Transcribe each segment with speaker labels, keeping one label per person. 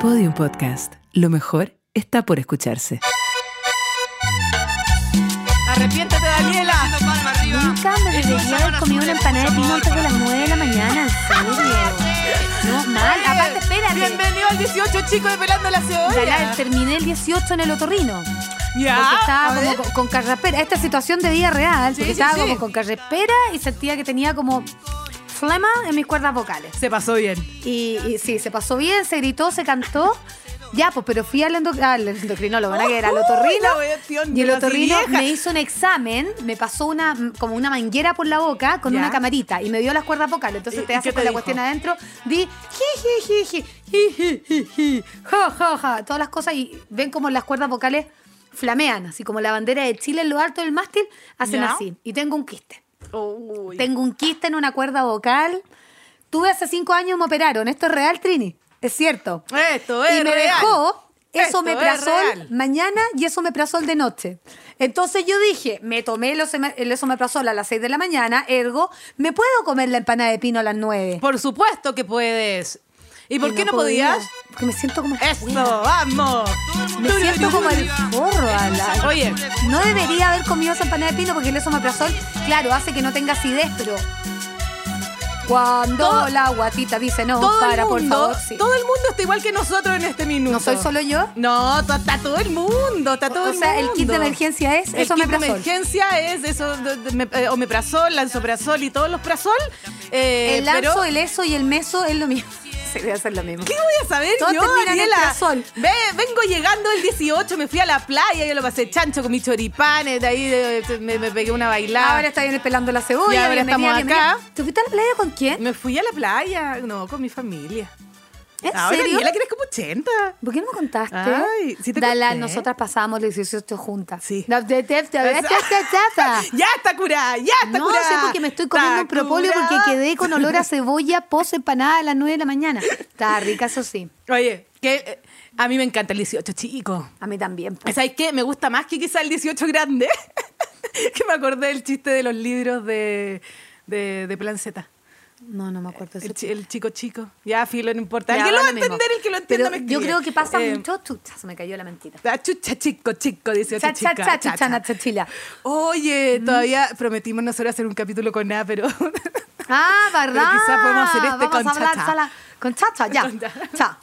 Speaker 1: Podium Podcast. Lo mejor está por escucharse.
Speaker 2: Arrepiéntete, Daniela.
Speaker 3: Nunca me debería haber comido una empanada de pino antes de las 9 de la mañana, en serio. No, mal. Aparte, espérate.
Speaker 2: Bienvenido al 18, chicos, de Pelando la
Speaker 3: Galán,
Speaker 2: Cebolla.
Speaker 3: terminé el 18 en el otorrino. Porque
Speaker 2: Ya.
Speaker 3: estaba
Speaker 2: Ah, a
Speaker 3: como
Speaker 2: ver.
Speaker 3: con, con carraspera. Esta situación de vida real.
Speaker 2: Sí,
Speaker 3: Porque
Speaker 2: sí,
Speaker 3: estaba
Speaker 2: sí.
Speaker 3: como con carraspera y sentía que tenía como flema en mis cuerdas vocales.
Speaker 2: Se pasó bien.
Speaker 3: Y, y sí, se pasó bien, se gritó, se cantó. Ya, pues, pero fui al, endo- al endocrinólogo, ¿verdad? Que era el
Speaker 2: Ujú,
Speaker 3: otorrino.
Speaker 2: la cuestión,
Speaker 3: Y el
Speaker 2: yo nací
Speaker 3: otorrino
Speaker 2: vieja.
Speaker 3: me hizo un examen, me pasó una como una manguera por la boca con
Speaker 2: Ya.
Speaker 3: una camarita y me dio las cuerdas vocales. Entonces
Speaker 2: ¿Y-
Speaker 3: te
Speaker 2: y
Speaker 3: hace
Speaker 2: qué te
Speaker 3: con la
Speaker 2: dijo?
Speaker 3: cuestión adentro, di ji, ji, ji, ji, ji, ji, ji, ji, ja, ja, ja, todas las cosas y ven como las cuerdas vocales flamean, así como la bandera de Chile en lo alto del mástil, hacen
Speaker 2: Ya.
Speaker 3: así. Y tengo un quiste.
Speaker 2: Uy.
Speaker 3: Tengo un quiste en una cuerda vocal. Tuve hace cinco años, me operaron. Esto es real, Trini. Es cierero.
Speaker 2: Esto es
Speaker 3: Y me
Speaker 2: real.
Speaker 3: dejó
Speaker 2: Esto
Speaker 3: eso
Speaker 2: es
Speaker 3: me
Speaker 2: real.
Speaker 3: mañana y eso me de noche. Entonces yo dije, me tomé el osome- el esomeprazol a las 6 de la mañana, ergo, ¿me puedo comer la empanada de pino a las 9?
Speaker 2: Por supuesto que puedes. ¿Y por qué no
Speaker 3: podía,
Speaker 2: podías?
Speaker 3: Porque me siento como...
Speaker 2: Eso, vamos.
Speaker 3: Me siento como el forro, Alan.
Speaker 2: Oye.
Speaker 3: No debería haber comido esa empanada de pino porque el esomeprazol, claro, hace que no tenga acidez, pero... Cuando
Speaker 2: Todo-
Speaker 3: la guatita dice no,
Speaker 2: Todo
Speaker 3: para,
Speaker 2: el
Speaker 3: por
Speaker 2: mundo,
Speaker 3: favor. sí.
Speaker 2: todo el mundo está igual que nosotros en este minuto.
Speaker 3: ¿No soy solo yo?
Speaker 2: No, to- está todo el mundo, está todo
Speaker 3: o
Speaker 2: el mundo.
Speaker 3: sea, el kit de emergencia es
Speaker 2: El kit de
Speaker 3: esomeprazol.
Speaker 2: emergencia es eso, de- de- me- eh, omeprazol, lanzoprazol y todos los prazol. eh,
Speaker 3: El lanzo,
Speaker 2: pero-
Speaker 3: el eso y el meso es lo mismo. Se debe hacer lo mismo.
Speaker 2: ¿Qué voy a saber
Speaker 3: Todos
Speaker 2: yo,
Speaker 3: terminan en
Speaker 2: Daniela?
Speaker 3: prazol.
Speaker 2: Ve, vengo llegando el 18, me fui a la playa, yo lo pasé chancho con mis choripanes, de ahí eh, me, me pegué una bailada.
Speaker 3: Ahora está bien pelando la cebolla.
Speaker 2: Y ahora
Speaker 3: bienvenida,
Speaker 2: estamos acá.
Speaker 3: bienvenida. ¿Te fuiste a la playa con quién?
Speaker 2: Me fui a la playa, no, con mi familia.
Speaker 3: ¿En
Speaker 2: Ahora,
Speaker 3: serio?
Speaker 2: Daniela, que eres como 80.
Speaker 3: ¿Por qué no me contaste?
Speaker 2: Ay, sí te
Speaker 3: Dala,
Speaker 2: conté.
Speaker 3: nosotras pasábamos los 18 juntas.
Speaker 2: Sí.
Speaker 3: No, te- te- te- te- te- te-
Speaker 2: Ya está curada, ya está
Speaker 3: No
Speaker 2: curada.
Speaker 3: sé porque me estoy
Speaker 2: Está
Speaker 3: comiendo un propóleo porque
Speaker 2: curada.
Speaker 3: quedé con olor a cebolla pose empanada a las 9 de la mañana. Está rica, eso sí.
Speaker 2: Oye, que eh, a mí me encanta el 18, chico.
Speaker 3: A mí también. pues.
Speaker 2: ¿Sabes qué? Me gusta más que quizá el 18 grande. que me acordé del chiste de los libros de, de, de Plan Z.
Speaker 3: No, no me acuerdo. de
Speaker 2: El,
Speaker 3: eso.
Speaker 2: chi- el chico chico. Ya, filo, no importa.
Speaker 3: Ya,
Speaker 2: el que lo
Speaker 3: da
Speaker 2: va a
Speaker 3: lo mismo.
Speaker 2: entender, el que lo entienda
Speaker 3: Pero
Speaker 2: me escribe.
Speaker 3: Yo creo que pasa
Speaker 2: Eh,
Speaker 3: mucho. Chucha, se me cayó la mentira.
Speaker 2: ah, Chucha, chico, chico, 18
Speaker 3: Cha, cha,
Speaker 2: chica,
Speaker 3: cha, Mm.
Speaker 2: cha,
Speaker 3: chuchana,
Speaker 2: cha.
Speaker 3: chachila.
Speaker 2: Oye, todavía prometimos nosotros hacer un capítulo con A, pero...
Speaker 3: Ah, verdad.
Speaker 2: Pero quizá podemos hacer este
Speaker 3: Vamos
Speaker 2: con
Speaker 3: a hablar
Speaker 2: cha-cha.
Speaker 3: sala- Con chacha, ya.
Speaker 2: Con cha-
Speaker 3: Cha.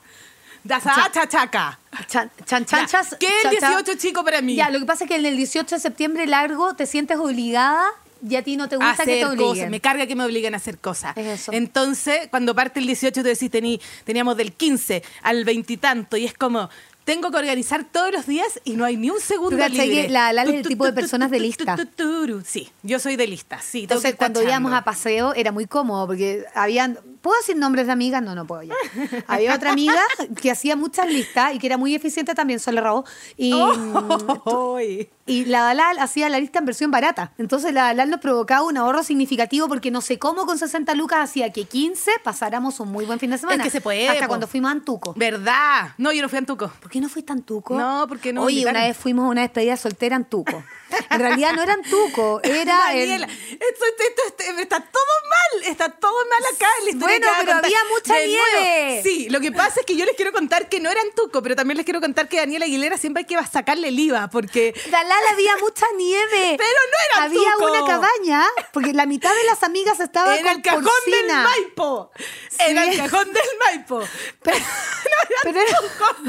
Speaker 2: Da, sa, cha, chaca.
Speaker 3: Chan, chan, chan,
Speaker 2: Ya,
Speaker 3: chas-
Speaker 2: ¿Qué es el
Speaker 3: cha- cha.
Speaker 2: 18 chico para mí?
Speaker 3: Ya, lo que pasa es que en el 18 de septiembre largo te sientes obligada y a ti no te gusta
Speaker 2: hacer
Speaker 3: que te
Speaker 2: cosas. Me
Speaker 3: obliguen.
Speaker 2: carga que me obliguen a hacer cosas.
Speaker 3: Es eso.
Speaker 2: Entonces, cuando parte el 18, tú decís, tení- teníamos del 15 al 20 y tanto, y es como, tengo que organizar todos los días y no hay ni un segundo
Speaker 3: Tú cachai
Speaker 2: libre.
Speaker 3: que la Lali
Speaker 2: Tu,
Speaker 3: es el
Speaker 2: tu,
Speaker 3: tipo de
Speaker 2: tu, tu,
Speaker 3: personas de
Speaker 2: tu, tu,
Speaker 3: lista.
Speaker 2: tu, tu, tu, tu. Sí, yo soy de lista, sí. tengo que
Speaker 3: Entonces,
Speaker 2: ir
Speaker 3: cuando
Speaker 2: cachando.
Speaker 3: íbamos a paseo era muy cómodo porque habían. ¿Puedo decir nombres de amigas? No, no puedo ya. Había otra amiga que hacía muchas listas y que era muy eficiente también, Sole Rabo. Y.
Speaker 2: Oh. Oy.
Speaker 3: Y la Dalal hacía la lista en versión barata. Entonces la Dalal nos provocaba un ahorro significativo porque no sé cómo con 60 lucas hacía que 15 pasáramos un muy buen fin de semana.
Speaker 2: que se puede,
Speaker 3: Hasta
Speaker 2: po.
Speaker 3: cuando fuimos a Antuco.
Speaker 2: ¿Verdad? No, yo no fui a Antuco.
Speaker 3: ¿Por qué no fuiste a Antuco?
Speaker 2: No, porque no me
Speaker 3: Oye,
Speaker 2: invitaron.
Speaker 3: una vez fuimos a una despedida soltera a Antuco. En realidad no era Antuco, era el-
Speaker 2: Daniela, esto, esto- esto- está todo mal, está todo mal acá en la historia
Speaker 3: Bueno,
Speaker 2: que acaba de
Speaker 3: pero
Speaker 2: contar.
Speaker 3: había mucha
Speaker 2: De nuevo,
Speaker 3: nieve.
Speaker 2: sí, lo que pasa es que yo les quiero contar que no eran tuco, pero también les quiero contar que Daniela Aguilera siempre hay que sacarle el IVA, porque
Speaker 3: Dalal había mucha nieve.
Speaker 2: Pero no era
Speaker 3: Había
Speaker 2: Antuco.
Speaker 3: una cabaña porque la mitad de las amigas estaba
Speaker 2: en
Speaker 3: con
Speaker 2: el cajón del
Speaker 3: porcina.
Speaker 2: Maipo. En el
Speaker 3: Sí.
Speaker 2: cajón del Maipo.
Speaker 3: Pero, pero era,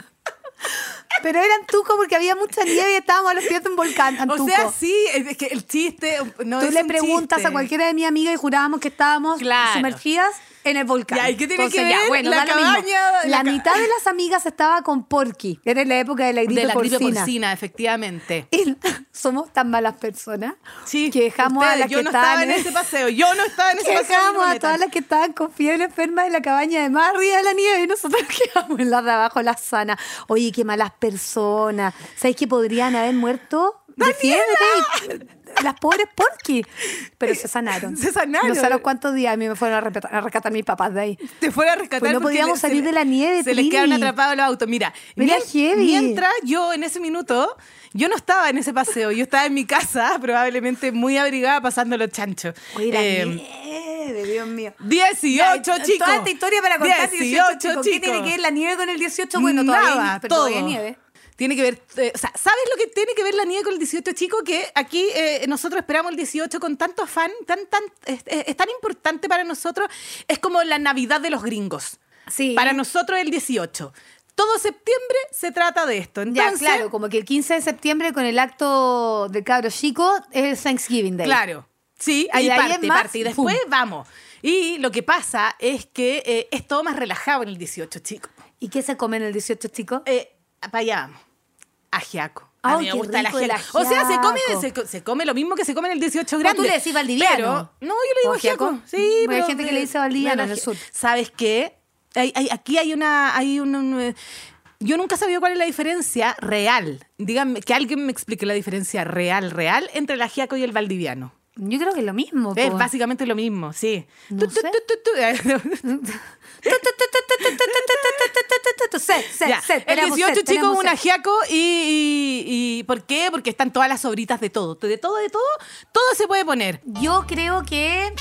Speaker 3: pero era Antuco porque había mucha nieve y estábamos a los pies de un volcán. Antuco.
Speaker 2: O sea, sí, es que el chiste no
Speaker 3: Tú
Speaker 2: es
Speaker 3: le
Speaker 2: un
Speaker 3: preguntas
Speaker 2: chiste.
Speaker 3: a cualquiera de mis amigas y jurábamos que estábamos
Speaker 2: Claro.
Speaker 3: sumergidas en el volcán.
Speaker 2: Ya, ¿y qué tiene
Speaker 3: Entonces,
Speaker 2: que
Speaker 3: ya,
Speaker 2: ver
Speaker 3: bueno,
Speaker 2: la
Speaker 3: da lo mismo.
Speaker 2: cabaña de la
Speaker 3: La
Speaker 2: ca-
Speaker 3: mitad de las amigas estaba con Porky. Era en la época de la gripe
Speaker 2: de la gripe
Speaker 3: porcina.
Speaker 2: porcina, efectivamente.
Speaker 3: Y somos tan malas personas
Speaker 2: Sí,
Speaker 3: que dejamos a
Speaker 2: ustedes,
Speaker 3: las
Speaker 2: yo
Speaker 3: que
Speaker 2: no
Speaker 3: estaban
Speaker 2: estaba en ese paseo, yo no estaba en ese
Speaker 3: que
Speaker 2: paseo. no
Speaker 3: dejamos
Speaker 2: me
Speaker 3: a
Speaker 2: metan.
Speaker 3: todas las que estaban con fiebre enferma de la cabaña de más arriba de la nieve y nosotros quedamos en la de abajo, la sana. Oye, qué malas personas. ¿Sabéis que podrían haber muerto de fiebre? Las pobres porqui. Pero se sanaron.
Speaker 2: Se sanaron.
Speaker 3: No sé a los cuántos días a mí me fueron a respetar- a rescatar, mis papás de ahí.
Speaker 2: te fuera a rescatar.
Speaker 3: Pues no
Speaker 2: porque
Speaker 3: podíamos
Speaker 2: le-
Speaker 3: salir
Speaker 2: le-
Speaker 3: de la nieve,
Speaker 2: Se les
Speaker 3: Trini.
Speaker 2: quedaron atrapados los autos. Mira,
Speaker 3: Mira,
Speaker 2: mien-
Speaker 3: heavy.
Speaker 2: mientras yo en ese minuto, yo no estaba en ese paseo, yo estaba en mi casa, probablemente muy abrigada pasando los chanchos.
Speaker 3: Oye, la
Speaker 2: Eh,
Speaker 3: nieve. nieve, Dios mío.
Speaker 2: 18
Speaker 3: Ya,
Speaker 2: chicos.
Speaker 3: Toda esta historia para contar 18, chicos. ¿Qué tiene que ver
Speaker 2: ver
Speaker 3: la nieve con el 18? Bueno, todavía, hay- pero todavía hay nieve.
Speaker 2: Tiene que ver, eh, o sea, ¿sabes lo que tiene que ver la nieve con el 18, chico? Que aquí eh, nosotros esperamos el 18 con tanto afán, tan, tan, es, es- es tan importante para nosotros, es como la Navidad de los gringos.
Speaker 3: Sí.
Speaker 2: Para nosotros el 18. Todo septiembre se trata de esto. Entonces,
Speaker 3: ya, claro, como que el 15 de septiembre con el acto del cabro chico es Thanksgiving Day.
Speaker 2: Claro. Sí, ahí,
Speaker 3: de ahí en
Speaker 2: parte,
Speaker 3: más,
Speaker 2: parte. Y después
Speaker 3: ¡pum!
Speaker 2: vamos. Y lo que pasa es que eh, es todo más relajado en el 18, chico.
Speaker 3: ¿Y qué se comen el 18, chicos?
Speaker 2: Eh, para allá vamos. Ajiaco.
Speaker 3: Ay,
Speaker 2: A mí me
Speaker 3: Ah, qué
Speaker 2: gusta el
Speaker 3: rico el
Speaker 2: ajiaco. O sea, se come,
Speaker 3: ajiaco.
Speaker 2: se, co- se come lo mismo que se come en el 18 grande.
Speaker 3: tú le decís valdiviano.
Speaker 2: Pero- no, yo le digo
Speaker 3: ¿O
Speaker 2: ajiaco.
Speaker 3: ajiaco?
Speaker 2: Sí,
Speaker 3: Bueno, hay
Speaker 2: pero
Speaker 3: gente que
Speaker 2: de-
Speaker 3: le dice valdiviano en el
Speaker 2: aji-
Speaker 3: sur.
Speaker 2: ¿Sabes qué? Hay- hay- aquí hay una... Hay un, un, eh, yo nunca sabía cuál es la diferencia real. Díganme, que alguien me explique la diferencia real, real entre el ajiaco y el valdiviano.
Speaker 3: Yo creo que es lo mismo.
Speaker 2: Es
Speaker 3: po.
Speaker 2: básicamente lo mismo, sí.
Speaker 3: No
Speaker 2: Tu, tu,
Speaker 3: sé.
Speaker 2: tu, tu, tu.
Speaker 3: Set, set,
Speaker 2: Ya,
Speaker 3: set,
Speaker 2: El
Speaker 3: tenemos
Speaker 2: 18 chicos,
Speaker 3: set, tenemos
Speaker 2: un
Speaker 3: set.
Speaker 2: ajiaco y, y, y- ¿Por qué? Porque están todas las sobritas de todo. De todo, de todo, todo se puede poner.
Speaker 3: Yo creo que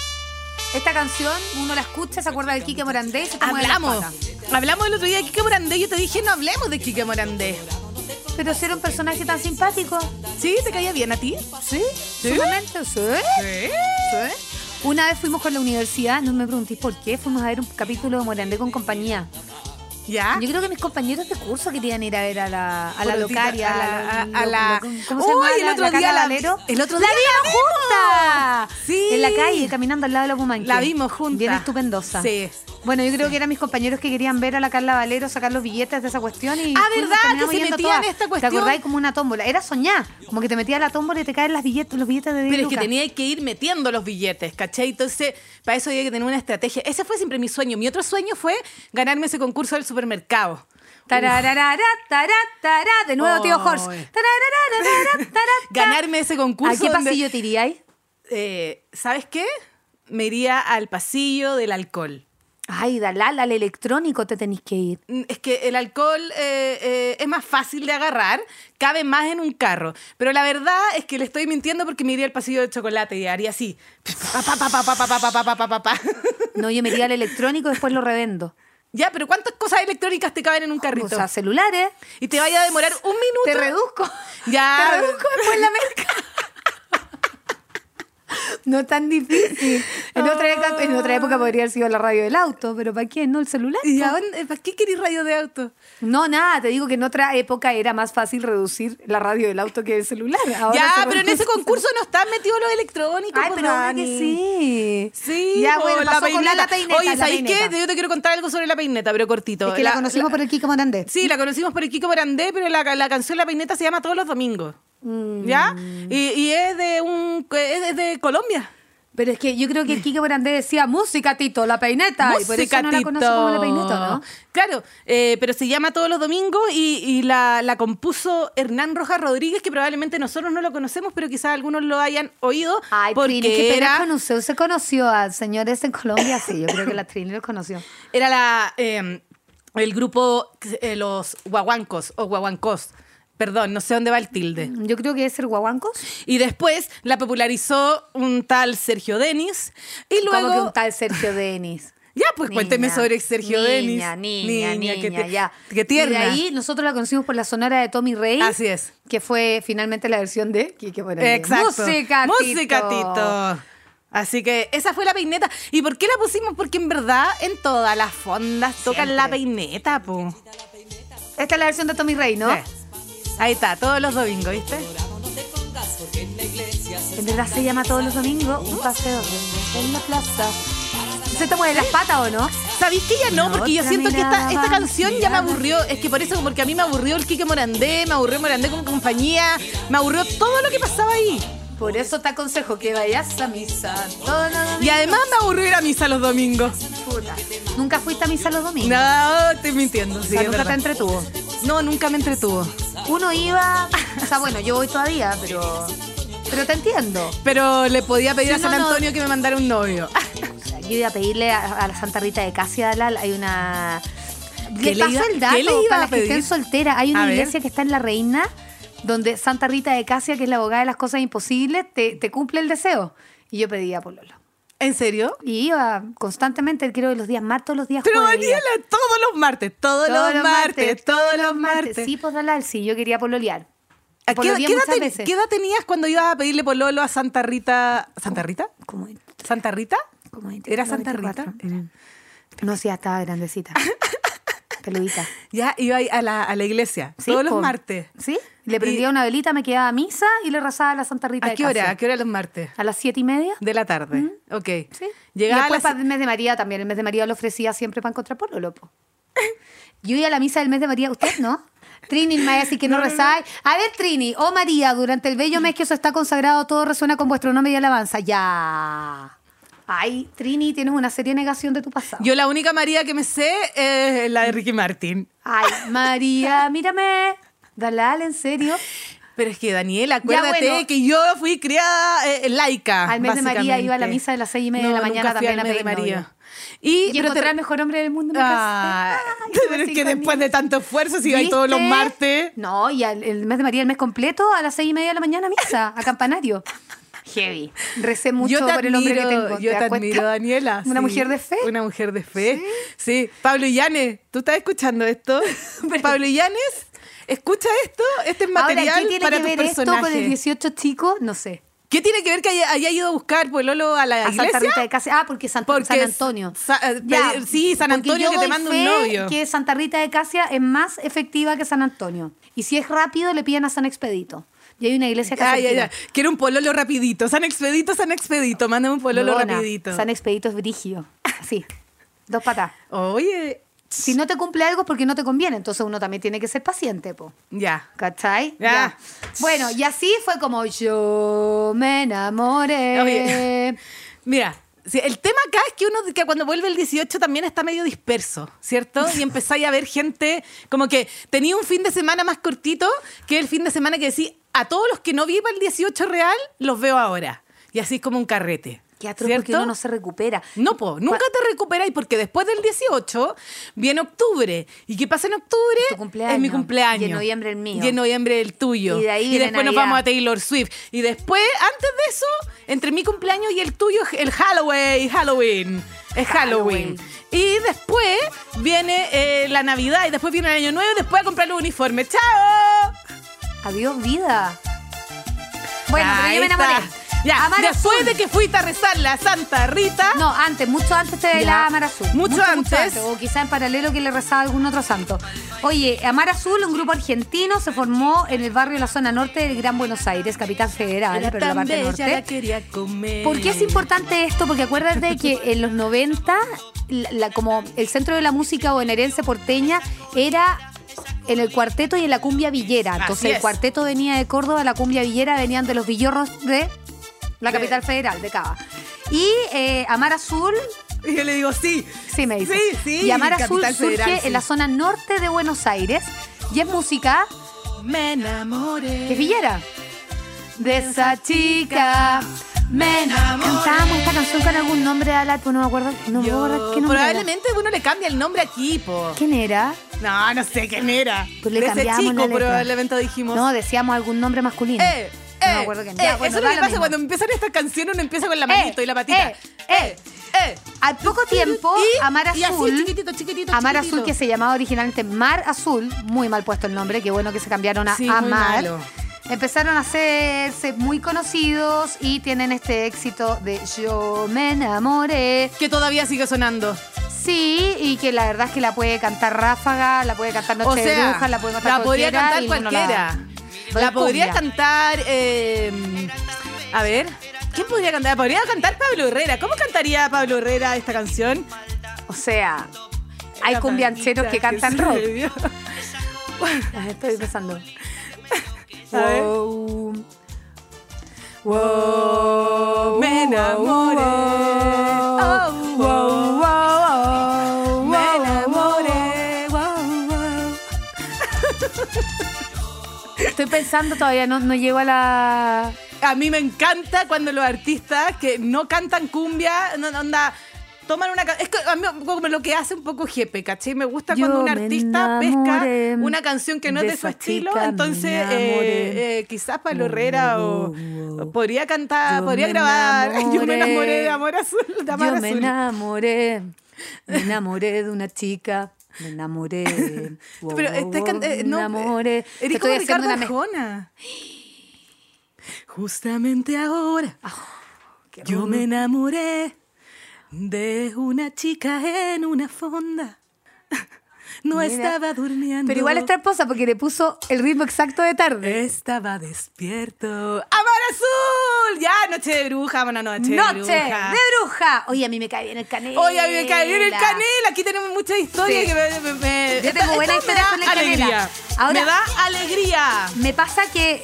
Speaker 3: esta canción uno la escucha, se acuerda de Quique Morandé y se te mueve la
Speaker 2: Hablamos.
Speaker 3: pata.
Speaker 2: Hablamos el otro día de Quique Morandé. Yo te dije, no hablemos de Quique Morandé.
Speaker 3: Pero ser un personaje tan simpático.
Speaker 2: ¿Sí? ¿Te caía bien a ti?
Speaker 3: Sí, sumamente, sí.
Speaker 2: Sí.
Speaker 3: sí. Una vez fuimos con la universidad, no me preguntéis por qué, fuimos a ver un capítulo de Morandé con compañía.
Speaker 2: ¿Ya?
Speaker 3: Yo creo que mis compañeros de curso querían ir a ver a la, a la
Speaker 2: Ah. Por otita, a
Speaker 3: locaria,
Speaker 2: la- a- a
Speaker 3: lo-
Speaker 2: la-
Speaker 3: lo- ¿Cómo se llama?
Speaker 2: Uy, el
Speaker 3: La-
Speaker 2: otro
Speaker 3: la
Speaker 2: día
Speaker 3: Cata
Speaker 2: la-
Speaker 3: Valero.
Speaker 2: el otro
Speaker 3: ¡La
Speaker 2: día la
Speaker 3: vimos juntas!
Speaker 2: Sí.
Speaker 3: En la calle, caminando al lado de la Pumanque.
Speaker 2: La vimos juntas.
Speaker 3: Bien estupendosa.
Speaker 2: Sí.
Speaker 3: Bueno, yo creo que eran mis compañeros que querían ver a la Carla Valero sacar los billetes de esa cuestión y.
Speaker 2: Ah,
Speaker 3: fuimos,
Speaker 2: ¿verdad?
Speaker 3: terminamos
Speaker 2: Que se
Speaker 3: yendo
Speaker 2: metían
Speaker 3: todas.
Speaker 2: en esta
Speaker 3: ¿Te
Speaker 2: cuestión.
Speaker 3: acordáis como una tómbola? Era soñar. Como que te metías a la tómbola y te caen las billetes, los billetes de 10
Speaker 2: Pero es que
Speaker 3: lucas.
Speaker 2: tenía que ir metiendo los billetes, ¿cachai? Entonces, para eso había que tener una estrategia. Ese fue siempre mi sueño. Mi otro sueño fue ganarme ese concurso del supermercado.
Speaker 3: Tarararara, tará, tará. De nuevo, tío Horst.
Speaker 2: Ay.
Speaker 3: Tarararara, tará, tará.
Speaker 2: Ganarme ese concurso.
Speaker 3: ¿A qué
Speaker 2: donde-
Speaker 3: pasillo te iríais?
Speaker 2: Eh, ¿Sabes qué? Me iría al pasillo del alcohol.
Speaker 3: Ay, Dalal, al electrónico te tenéis que ir.
Speaker 2: Mm, Es que el alcohol eh, eh, es más fácil de agarrar, cabe más en un carro. Pero la verdad es que le estoy mintiendo porque me iría al pasillo del chocolate y haría así. Pa, pa, pa, pa, pa, pa, pa, pa, pa, pa, pa, pa.
Speaker 3: No, yo me iría al electrónico y después lo revendo.
Speaker 2: Ya, pero ¿cuántas cosas electrónicas te caben en un carrito?
Speaker 3: O sea, celulares.
Speaker 2: y te vaya a demorar un minuto.
Speaker 3: Te reduzco.
Speaker 2: Ya.
Speaker 3: Te reduzco después la mezcla. No es tan difícil. En otra, época, en otra época podría haber sido la radio del auto, pero ¿para qué? ¿No el celular?
Speaker 2: Ah. ¿Y
Speaker 3: po.
Speaker 2: a dónde- ¿Para qué querís radio de auto?
Speaker 3: No, nada, te digo que en otra época era más fácil reducir la radio del auto que el celular. Ahora
Speaker 2: ya,
Speaker 3: se
Speaker 2: pero en ese
Speaker 3: reduce.
Speaker 2: concurso no están metidos los electrónicos.
Speaker 3: Ay,
Speaker 2: pues,
Speaker 3: pero ahora que
Speaker 2: Dani.
Speaker 3: sí.
Speaker 2: Sí,
Speaker 3: ya
Speaker 2: po,
Speaker 3: bueno,
Speaker 2: la
Speaker 3: pasó con la,
Speaker 2: peineta.
Speaker 3: la peineta.
Speaker 2: Oye,
Speaker 3: la
Speaker 2: ¿sabéis qué?
Speaker 3: peineta.
Speaker 2: Yo te quiero contar algo sobre la peineta, pero cortito.
Speaker 3: Es que la, conocimos por el Kiko Morandé.
Speaker 2: Sí, la conocimos por el Kiko Morandé, pero la, la canción La Peineta se llama Todos los Domingos. ¿Ya?
Speaker 3: Mm.
Speaker 2: Y, y es de un es de Colombia.
Speaker 3: Pero es que yo creo que el Kike Morandé decía música, Tito, la peineta. y por eso no la
Speaker 2: Musicatito.
Speaker 3: conoce como la peineta, ¿no?
Speaker 2: Claro, eh, pero se llama Todos los Domingos y, y la, la compuso Hernán Rojas Rodríguez, que probablemente nosotros no lo conocemos, pero quizás algunos lo hayan oído.
Speaker 3: Ay,
Speaker 2: porque
Speaker 3: Trini, qué pena
Speaker 2: era,
Speaker 3: con usted. Usted conoció a señores en Colombia, sí, yo creo que la Trini lo conoció.
Speaker 2: era la, eh, el grupo eh, Los Guaguancos o Guaguancos. Perdón, no sé dónde va el tilde.
Speaker 3: Yo creo que es el guaguancos.
Speaker 2: Y después la popularizó un tal Sergio Denis. Y luego.
Speaker 3: Como que un tal Sergio Denis.
Speaker 2: Ya, pues cuénteme
Speaker 3: Niña,
Speaker 2: sobre Sergio Denis.
Speaker 3: Niña, niña, niña,
Speaker 2: qué tie-
Speaker 3: ya.
Speaker 2: qué tierna. Ah,
Speaker 3: Y de ahí nosotros la conocimos por la sonora de Tommy Rey.
Speaker 2: Así es.
Speaker 3: Que fue finalmente la versión de Kike Morandé.
Speaker 2: Exacto.
Speaker 3: Música,
Speaker 2: Música, Tito. Así que esa fue la peineta. ¿Y por qué la pusimos? Porque en verdad en todas las fondas tocan
Speaker 3: Siempre.
Speaker 2: la peineta, po.
Speaker 3: Esta es la versión de Tommy Rey, ¿no?
Speaker 2: Eh, Ahí está, todos los domingos, ¿viste?
Speaker 3: En verdad se llama todos los domingos un paseo en la plaza. ¿Se te mueven las patas o no?
Speaker 2: ¿Sabéis que ya no?
Speaker 3: Una
Speaker 2: Porque yo
Speaker 3: otra
Speaker 2: siento que esta,
Speaker 3: mirada,
Speaker 2: esta canción ya me
Speaker 3: mirada.
Speaker 2: aburrió. Es que por eso, porque a mí me aburrió el Quique Morandé, me aburrió Morandé como compañía, me aburrió todo lo que pasaba ahí.
Speaker 3: Por eso te aconsejo que vayas a misa todos los domingos.
Speaker 2: Y además me aburrió ir a misa los domingos.
Speaker 3: Puta. Nunca fuiste a misa los domingos.
Speaker 2: No, estoy mintiendo.
Speaker 3: O
Speaker 2: Sí,
Speaker 3: sea,
Speaker 2: es
Speaker 3: nunca te
Speaker 2: verdad.
Speaker 3: entretuvo.
Speaker 2: No, nunca me entretuvo.
Speaker 3: Uno iba, o sea, bueno, yo voy todavía, pero pero te entiendo.
Speaker 2: Pero le podía pedir
Speaker 3: Sí,
Speaker 2: a San
Speaker 3: no, no.
Speaker 2: Antonio que me mandara un novio.
Speaker 3: O sea, yo iba a pedirle a, a la Santa Rita de Casia Dalal, hay una
Speaker 2: ¿Qué
Speaker 3: le
Speaker 2: le iba-
Speaker 3: paso el dato
Speaker 2: qué le iba
Speaker 3: para
Speaker 2: a
Speaker 3: las que estén
Speaker 2: pedir?
Speaker 3: solteras, hay
Speaker 2: A
Speaker 3: una
Speaker 2: ver.
Speaker 3: iglesia que está en La Reina donde Santa Rita de Casia, que es la abogada de las cosas imposibles, te, te cumple el deseo. Y yo pedía pololo.
Speaker 2: ¿En serio?
Speaker 3: Y iba constantemente, creo que los días martes, todos los días
Speaker 2: Pero
Speaker 3: jueves. iba.
Speaker 2: Daniela, todos los martes, todos, los, martes, todos los martes.
Speaker 3: Sí, pues Dalal, sí, yo quería pololear.
Speaker 2: ¿A qué,
Speaker 3: Pololeé
Speaker 2: qué edad
Speaker 3: muchas
Speaker 2: ten-
Speaker 3: veces.
Speaker 2: qué edad tenías cuando ibas a pedirle pololo a Santa Rita? ¿Santa Rita?
Speaker 3: Como,
Speaker 2: ¿Santa Rita?
Speaker 3: como 23,
Speaker 2: ¿Era Santa
Speaker 3: 24.
Speaker 2: Rita? Era.
Speaker 3: No, sí, ya estaba grandecita. Peludita.
Speaker 2: Ya, iba ahí a la, a la iglesia,
Speaker 3: Sí,
Speaker 2: todos los
Speaker 3: po.
Speaker 2: martes.
Speaker 3: ¿Sí? Le prendía una velita, me quedaba a misa y le rezaba a la Santa Rita.
Speaker 2: ¿A
Speaker 3: de
Speaker 2: qué hora?
Speaker 3: Casia.
Speaker 2: ¿A qué hora los martes?
Speaker 3: A las siete y media.
Speaker 2: De la tarde. Ok.
Speaker 3: Sí.
Speaker 2: Llegaba
Speaker 3: y
Speaker 2: a
Speaker 3: después
Speaker 2: las-
Speaker 3: para el mes de María también. El mes de María lo ofrecía siempre para encontrar por lopo. Yo iba a la misa del mes de María, ¿usted no? Trini, Maya, así que no, rezáis. A ver, Trini, oh María, durante el bello mes que eso está consagrado, todo resuena con vuestro nombre y alabanza. Ya. Ay, Trini, tienes una seria negación de tu pasado.
Speaker 2: Yo la única María que me sé es la de Ricky Martin.
Speaker 3: Ay, María, mírame. Dalal, en serio.
Speaker 2: Pero es que, Daniela, acuérdate
Speaker 3: bueno.
Speaker 2: que yo fui criada eh, laica.
Speaker 3: Al mes de María iba a la
Speaker 2: básicamente.
Speaker 3: misa de las seis y media de la
Speaker 2: No,
Speaker 3: mañana
Speaker 2: nunca fui
Speaker 3: también a
Speaker 2: al mes
Speaker 3: pedir
Speaker 2: de
Speaker 3: María.
Speaker 2: María. Y, pero
Speaker 3: Y,
Speaker 2: te-
Speaker 3: encontrar al mejor hombre del mundo me casé.
Speaker 2: Ah,
Speaker 3: Ay,
Speaker 2: pero es
Speaker 3: así
Speaker 2: que
Speaker 3: con
Speaker 2: después
Speaker 3: mi-
Speaker 2: de tanto esfuerzo, si hay todos los
Speaker 3: ¿Viste?
Speaker 2: martes.
Speaker 3: No, y al- el mes de María, el mes completo, a las seis y media de la mañana, misa, a campanario. Heavy. Recé mucho
Speaker 2: yo te
Speaker 3: por el hombre que
Speaker 2: admiro,
Speaker 3: tengo.
Speaker 2: yo te
Speaker 3: das cuenta?
Speaker 2: admiro, Daniela.
Speaker 3: Una
Speaker 2: sí.
Speaker 3: mujer de fe.
Speaker 2: Una mujer de fe. Sí. Pablo Illanes, ¿tú estás escuchando esto? Pablo Illanes, escucha esto. Este es material
Speaker 3: Ahora, ¿qué tiene
Speaker 2: para
Speaker 3: que
Speaker 2: tus
Speaker 3: ver esto
Speaker 2: personajes.
Speaker 3: con el 18 chico? No sé.
Speaker 2: ¿Qué tiene que ver que haya, haya ido a buscar Pololo a la
Speaker 3: A
Speaker 2: iglesia?
Speaker 3: Santa Rita de Casia. Ah, porque, Santa-
Speaker 2: Porque
Speaker 3: San Antonio.
Speaker 2: Sa- eh, pedir- sí, San
Speaker 3: porque
Speaker 2: Antonio
Speaker 3: yo
Speaker 2: que te
Speaker 3: doy
Speaker 2: manda un
Speaker 3: fe
Speaker 2: novio.
Speaker 3: Que Santa Rita de Casia es más efectiva que San Antonio. Y si es rápido, le piden a San Expedito. Y hay una iglesia que
Speaker 2: Ay, ay, ay. Quiero un pololo rapidito. San expedito, San expedito. Mándame un pololo rapidito.
Speaker 3: San Expedito es brigio. Así. Dos patas.
Speaker 2: Oye,
Speaker 3: Si no te cumple algo es porque no te conviene, entonces uno también tiene que ser paciente, po.
Speaker 2: ya.
Speaker 3: ¿Cachai?
Speaker 2: Ya.
Speaker 3: Bueno, y así fue como yo me enamoré.
Speaker 2: Oye. Mira, sí, el tema acá es que uno que cuando vuelve el 18 también está medio disperso, ¿cierto? Y empezáis a ver gente como que tenía un fin de semana más cortito que el fin de semana que decís, a todos los que no vi para el 18 real, los veo ahora. Y así es como un carrete.
Speaker 3: Qué atroz porque
Speaker 2: ¿cierto?
Speaker 3: uno no se recupera.
Speaker 2: No, po, nunca te recuperáis porque después del 18 viene octubre. ¿Y qué pasa en octubre?
Speaker 3: Tu cumpleaños.
Speaker 2: Es mi cumpleaños.
Speaker 3: Y en noviembre el mío.
Speaker 2: Y en noviembre el tuyo.
Speaker 3: Y de ahí viene
Speaker 2: después nos
Speaker 3: Navidad.
Speaker 2: vamos a Taylor Swift. Y después, antes de eso, entre mi cumpleaños y el tuyo, es el Halloween. Halloween. Es Halloween.
Speaker 3: Halloween.
Speaker 2: Y después viene eh, la Navidad. Y después viene el Año Nuevo. Y después a comprar los uniformes. ¡Chao!
Speaker 3: Adiós, vida. Bueno, pero
Speaker 2: Ahí
Speaker 3: yo me enamoré.
Speaker 2: está. Ya,
Speaker 3: Amar
Speaker 2: después
Speaker 3: azul.
Speaker 2: de que fuiste a rezar la Santa Rita.
Speaker 3: No, antes, mucho antes te
Speaker 2: Ya.
Speaker 3: bailaba Amar Azul.
Speaker 2: Mucho antes.
Speaker 3: O quizá en paralelo que le rezaba algún otro santo. Oye, Amar Azul, un grupo argentino, se formó en el barrio de la zona norte del Gran Buenos Aires, capital federal,
Speaker 2: Era
Speaker 3: pero la
Speaker 2: tan
Speaker 3: parte
Speaker 2: bella,
Speaker 3: norte.
Speaker 2: la quería comer.
Speaker 3: ¿Por qué es importante esto? Porque acuérdate que en los 90, la- la- como el centro de la música bonaerense porteña era en el cuarteto y en la cumbia villera.
Speaker 2: Así
Speaker 3: Entonces
Speaker 2: es.
Speaker 3: el cuarteto venía de Córdoba, la cumbia villera venían de los villorros de la
Speaker 2: De-
Speaker 3: capital federal, de Cava. Y eh, Amar Azul,
Speaker 2: Y yo le digo, sí.
Speaker 3: sí me dice.
Speaker 2: Sí, sí,
Speaker 3: y Amar
Speaker 2: Capital
Speaker 3: Azul surge
Speaker 2: Federal, sí.
Speaker 3: en la zona norte de Buenos Aires y es música
Speaker 2: Me enamoré.
Speaker 3: que es villera. De esa chica. Me Cantábamos esta canción con algún nombre de Alat, pues no me acuerdo. No me
Speaker 2: Yo-
Speaker 3: acuerdo qué nombre. era.
Speaker 2: Probablemente uno le cambia el nombre aquí, po.
Speaker 3: ¿Quién era?
Speaker 2: No, no sé quién era.
Speaker 3: Pues le
Speaker 2: De ese
Speaker 3: cambiamos la
Speaker 2: chico
Speaker 3: letra.
Speaker 2: probablemente dijimos.
Speaker 3: No, decíamos algún nombre masculino.
Speaker 2: eh, eh,
Speaker 3: No me acuerdo quién. Ya,
Speaker 2: eh, eso
Speaker 3: bueno,
Speaker 2: es
Speaker 3: da
Speaker 2: lo que
Speaker 3: lo
Speaker 2: pasa
Speaker 3: mismo.
Speaker 2: cuando empiezan estas canciones, uno empieza con la manito
Speaker 3: Eh,
Speaker 2: y la patita.
Speaker 3: eh, eh,
Speaker 2: eh.
Speaker 3: Al poco tiempo,
Speaker 2: Y-
Speaker 3: Amar Azul.
Speaker 2: Y así, chiquitito, chiquitito,
Speaker 3: Amar
Speaker 2: chiquitito.
Speaker 3: Azul, que se llamaba originalmente Mar Azul, muy mal puesto el nombre, qué bueno que se cambiaron a
Speaker 2: Sí, muy
Speaker 3: Amar.
Speaker 2: malo.
Speaker 3: Empezaron a hacerse muy conocidos y tienen este éxito de Yo me enamoré.
Speaker 2: Que todavía sigue sonando.
Speaker 3: Sí, y que la verdad es que la puede cantar Ráfaga, la puede cantar Noche
Speaker 2: o
Speaker 3: de
Speaker 2: sea,
Speaker 3: Brujas, la puede cantar
Speaker 2: la podría
Speaker 3: cualquiera
Speaker 2: cantar
Speaker 3: y uno la-
Speaker 2: cualquiera.
Speaker 3: la
Speaker 2: la, podría
Speaker 3: cumbia.
Speaker 2: cantar. eh, a ver, ¿quién podría cantar? Podría cantar Pablo Herrera. ¿Cómo cantaría Pablo Herrera esta canción?
Speaker 3: O sea, hay
Speaker 2: La
Speaker 3: cumbiancheros
Speaker 2: maldita
Speaker 3: que cantan
Speaker 2: se
Speaker 3: rock.
Speaker 2: bebió.
Speaker 3: Las estoy pensando.
Speaker 2: A ver.
Speaker 3: Wow.
Speaker 2: Wow, me enamoré. Oh, wow, wow, wow, me enamoré. Wow, wow.
Speaker 3: Estoy pensando todavía, no, no llego a la.
Speaker 2: A mí me encanta cuando los artistas que no cantan cumbia, no, no, onda, toman una. ca- Es que a mí como lo que hace un poco Jepe, ¿cachai? Me gusta
Speaker 3: Yo
Speaker 2: cuando un
Speaker 3: me
Speaker 2: artista pesca
Speaker 3: enamoré
Speaker 2: una canción que no
Speaker 3: de
Speaker 2: es de su
Speaker 3: esa
Speaker 2: estilo,
Speaker 3: chica, me
Speaker 2: entonces
Speaker 3: enamoré.
Speaker 2: eh, eh, quizás Pablo Herrera o o podría cantar,
Speaker 3: Yo
Speaker 2: podría
Speaker 3: me
Speaker 2: grabar. Yo me enamoré de
Speaker 3: enamoré.
Speaker 2: amor azul, de amar
Speaker 3: Yo me
Speaker 2: azul.
Speaker 3: enamoré, me enamoré de una chica, me enamoré. wow,
Speaker 2: Pero
Speaker 3: wow,
Speaker 2: estás
Speaker 3: wow,
Speaker 2: can- eh, no,
Speaker 3: me enamoré.
Speaker 2: eh,
Speaker 3: Te
Speaker 2: Eres
Speaker 3: estoy
Speaker 2: como Ricardo
Speaker 3: haciendo una mezcla.
Speaker 2: Arjona. Justamente ahora
Speaker 3: Ah,
Speaker 2: yo me enamoré de una chica en una fonda. No
Speaker 3: Mira,
Speaker 2: estaba durmiendo.
Speaker 3: Pero igual es tramposa porque le puso el ritmo exacto de
Speaker 2: Eh,
Speaker 3: tarde.
Speaker 2: Estaba despierto. ¡Amor azul! Ya, noche de bruja, bueno, noche de
Speaker 3: Noche
Speaker 2: bruja.
Speaker 3: de bruja. Oye, a mí me cae bien el canela.
Speaker 2: Oye, a mí me cae bien el canela. Aquí tenemos muchas historias
Speaker 3: Sí.
Speaker 2: que me, me- me-
Speaker 3: Yo tengo buenas
Speaker 2: esto me
Speaker 3: historias
Speaker 2: da
Speaker 3: con el canela.
Speaker 2: alegría.
Speaker 3: Ahora-
Speaker 2: me da alegría.
Speaker 3: Me pasa que,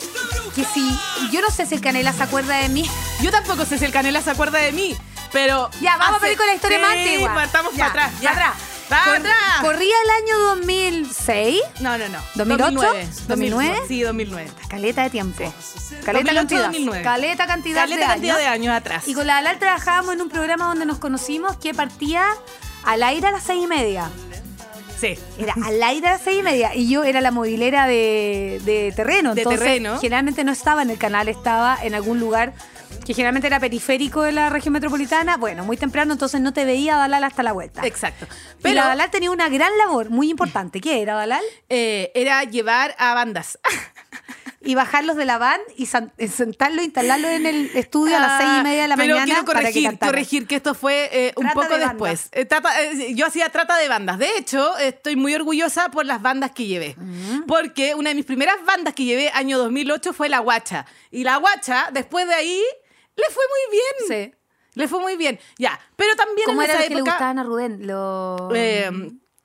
Speaker 3: que si. Yo no sé si el canela se acuerda de mí.
Speaker 2: Yo tampoco sé si el Canela se acuerda de mí, pero.
Speaker 3: Ya, vamos a
Speaker 2: hace-
Speaker 3: pedir con la historia más
Speaker 2: Ah, Sí,
Speaker 3: antigua.
Speaker 2: Partamos
Speaker 3: Ya,
Speaker 2: para atrás. ya.
Speaker 3: Para atrás.
Speaker 2: Para
Speaker 3: Cor-
Speaker 2: atrás.
Speaker 3: Corría el año 2006.
Speaker 2: no, no, no.
Speaker 3: ¿2008?
Speaker 2: 2009.
Speaker 3: 2009?
Speaker 2: Sí, 2009.
Speaker 3: Caleta de tiempo.
Speaker 2: 2008,
Speaker 3: Caleta cantidad.
Speaker 2: 2009.
Speaker 3: Caleta cantidad
Speaker 2: Caleta
Speaker 3: de
Speaker 2: cantidad
Speaker 3: años.
Speaker 2: de años atrás.
Speaker 3: Y con la Alal trabajábamos en un programa donde nos conocimos que partía al aire a las seis y media.
Speaker 2: Sí.
Speaker 3: Era al aire a las seis y media. Y yo era la movilera de, de terreno.
Speaker 2: De
Speaker 3: Entonces,
Speaker 2: terreno.
Speaker 3: Generalmente no estaba en el canal, estaba en algún lugar que generalmente era periférico de la región metropolitana. Bueno, muy temprano, entonces no te veía Dalal hasta la vuelta.
Speaker 2: Exacto.
Speaker 3: Pero
Speaker 2: Pero
Speaker 3: Dalal tenía una gran labor, muy importante. ¿Qué era Dalal?
Speaker 2: eh, era llevar a bandas.
Speaker 3: Y bajarlos de la van y san- eh, sentarlos, instalarlos en el estudio a
Speaker 2: Ah,
Speaker 3: las seis y media de la
Speaker 2: pero
Speaker 3: mañana.
Speaker 2: Quiero
Speaker 3: para que
Speaker 2: corregir,
Speaker 3: cantaran.
Speaker 2: corregir que esto fue eh, un
Speaker 3: Trata
Speaker 2: poco
Speaker 3: de bandas.
Speaker 2: después. Eh, trata- eh, yo hacía trata de bandas. De hecho, estoy muy orgullosa por las bandas que llevé.
Speaker 3: Mm.
Speaker 2: Porque una de mis primeras bandas que llevé año 2008 fue La Guacha. Y La Guacha, después de ahí, le fue muy bien.
Speaker 3: Sí.
Speaker 2: Le fue muy bien. Ya, pero también
Speaker 3: ¿Cómo
Speaker 2: en
Speaker 3: era
Speaker 2: esa
Speaker 3: lo que le
Speaker 2: época...
Speaker 3: gustaban a Rubén? Lo-
Speaker 2: eh,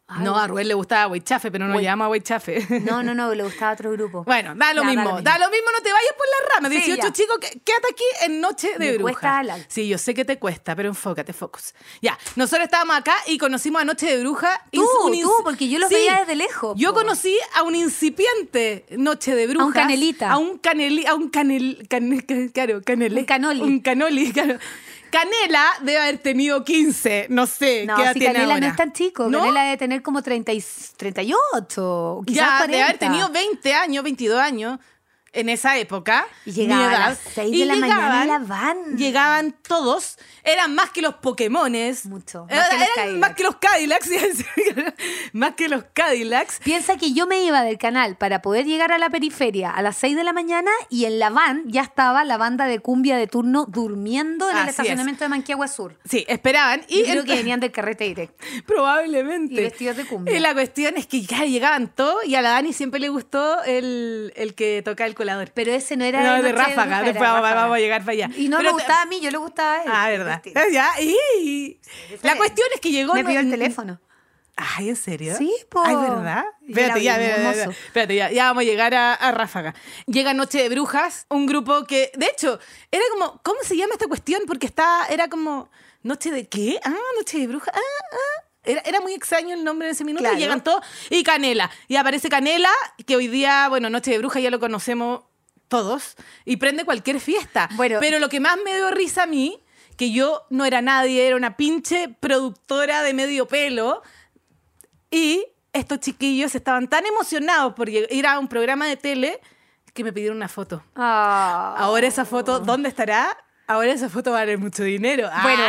Speaker 3: Ay,
Speaker 2: no, a Rubén le gustaba Weichafe, pero no lo llamaba Weichafe.
Speaker 3: No, no, no, le gustaba otro grupo.
Speaker 2: Bueno, da lo
Speaker 3: Ya,
Speaker 2: mismo. Da lo mismo. no te vayas por la rama.
Speaker 3: Sí,
Speaker 2: 18
Speaker 3: ya.
Speaker 2: chicos, que- quédate aquí en Noche de
Speaker 3: Me
Speaker 2: Bruja.
Speaker 3: cuesta, Alan.
Speaker 2: Sí, yo sé que te cuesta, pero enfócate, focus. Ya, nosotros estábamos acá y conocimos a Noche de Bruja.
Speaker 3: Tú,
Speaker 2: Ins- un ins-
Speaker 3: tú, porque yo los veía desde lejos,
Speaker 2: Yo
Speaker 3: po.
Speaker 2: conocí a un incipiente Noche de Bruja.
Speaker 3: canelita.
Speaker 2: A un caneli, a un canel, can- can- claro, canelé.
Speaker 3: Un canoli.
Speaker 2: Un canoli, claro. Canela debe haber tenido 15, no sé,
Speaker 3: No,
Speaker 2: qué edad
Speaker 3: si
Speaker 2: tiene
Speaker 3: Canela
Speaker 2: ahora.
Speaker 3: no es tan chico.
Speaker 2: ¿No?
Speaker 3: Canela debe tener como 30 y- 38, quizás
Speaker 2: ya
Speaker 3: 40.
Speaker 2: de haber tenido 20 años, 22 años en esa época.
Speaker 3: Y llegaba
Speaker 2: mi
Speaker 3: a
Speaker 2: edad,
Speaker 3: las seis de la mañana en la van.
Speaker 2: Llegaban todos, eran más que los Pokémones.
Speaker 3: Mucho, más
Speaker 2: Era-
Speaker 3: que los
Speaker 2: eran
Speaker 3: Cadillacs.
Speaker 2: más que los Cadillacs. más que los Cadillacs.
Speaker 3: Piensa que yo me iba del canal para poder llegar a la periferia a las 6 de la mañana y en la van ya estaba la banda de cumbia de turno durmiendo en el
Speaker 2: Así es.
Speaker 3: estacionamiento de Manquehue Sur.
Speaker 2: Sí, esperaban. Y
Speaker 3: Yo creo
Speaker 2: ent-
Speaker 3: que venían del carrete directo.
Speaker 2: Probablemente.
Speaker 3: Y vestidos de cumbia.
Speaker 2: Y la cuestión es que ya llegaban todos y a la Dani siempre le gustó el, el que toca el colador.
Speaker 3: Pero ese no era
Speaker 2: No, de
Speaker 3: Noche
Speaker 2: Ráfaga,
Speaker 3: Bruja,
Speaker 2: después
Speaker 3: era
Speaker 2: vamos,
Speaker 3: Ráfaga.
Speaker 2: vamos a llegar para allá.
Speaker 3: Y no
Speaker 2: Pero
Speaker 3: me
Speaker 2: te-
Speaker 3: gustaba a mí, yo le gustaba a él.
Speaker 2: Ah, verdad.
Speaker 3: Distinto.
Speaker 2: Ya, y-
Speaker 3: esa
Speaker 2: La
Speaker 3: es.
Speaker 2: cuestión es que llegó.
Speaker 3: Me
Speaker 2: no-
Speaker 3: pidió el teléfono.
Speaker 2: Ay, ¿en serio?
Speaker 3: Sí, po.
Speaker 2: Ay, ¿verdad?
Speaker 3: Y era
Speaker 2: Espérate, ya,
Speaker 3: bien
Speaker 2: espérate,
Speaker 3: hermoso.
Speaker 2: espérate, espérate, ya, ya vamos a llegar a, a Ráfaga. Llega Noche de Brujas, un grupo que, de hecho, era como, ¿cómo se llama esta cuestión? Porque está, era como, ¿Noche de qué? Ah, Noche de Brujas, ah, ah. Era, era muy extraño el nombre en ese minuto.
Speaker 3: Claro.
Speaker 2: Y llegan todos. Y Canela. Y aparece Canela, que hoy día, bueno, Noche de Brujas ya lo conocemos todos. Y prende cualquier fiesta.
Speaker 3: Bueno.
Speaker 2: Pero lo que más me dio risa a mí, que yo no era nadie, era una pinche productora de medio pelo. Y estos chiquillos estaban tan emocionados por lleg- ir a un programa de tele que me pidieron una foto.
Speaker 3: Ah.
Speaker 2: Ahora esa foto, ¿dónde estará? Ahora esa foto vale mucho dinero. ¡Ah!
Speaker 3: Bueno,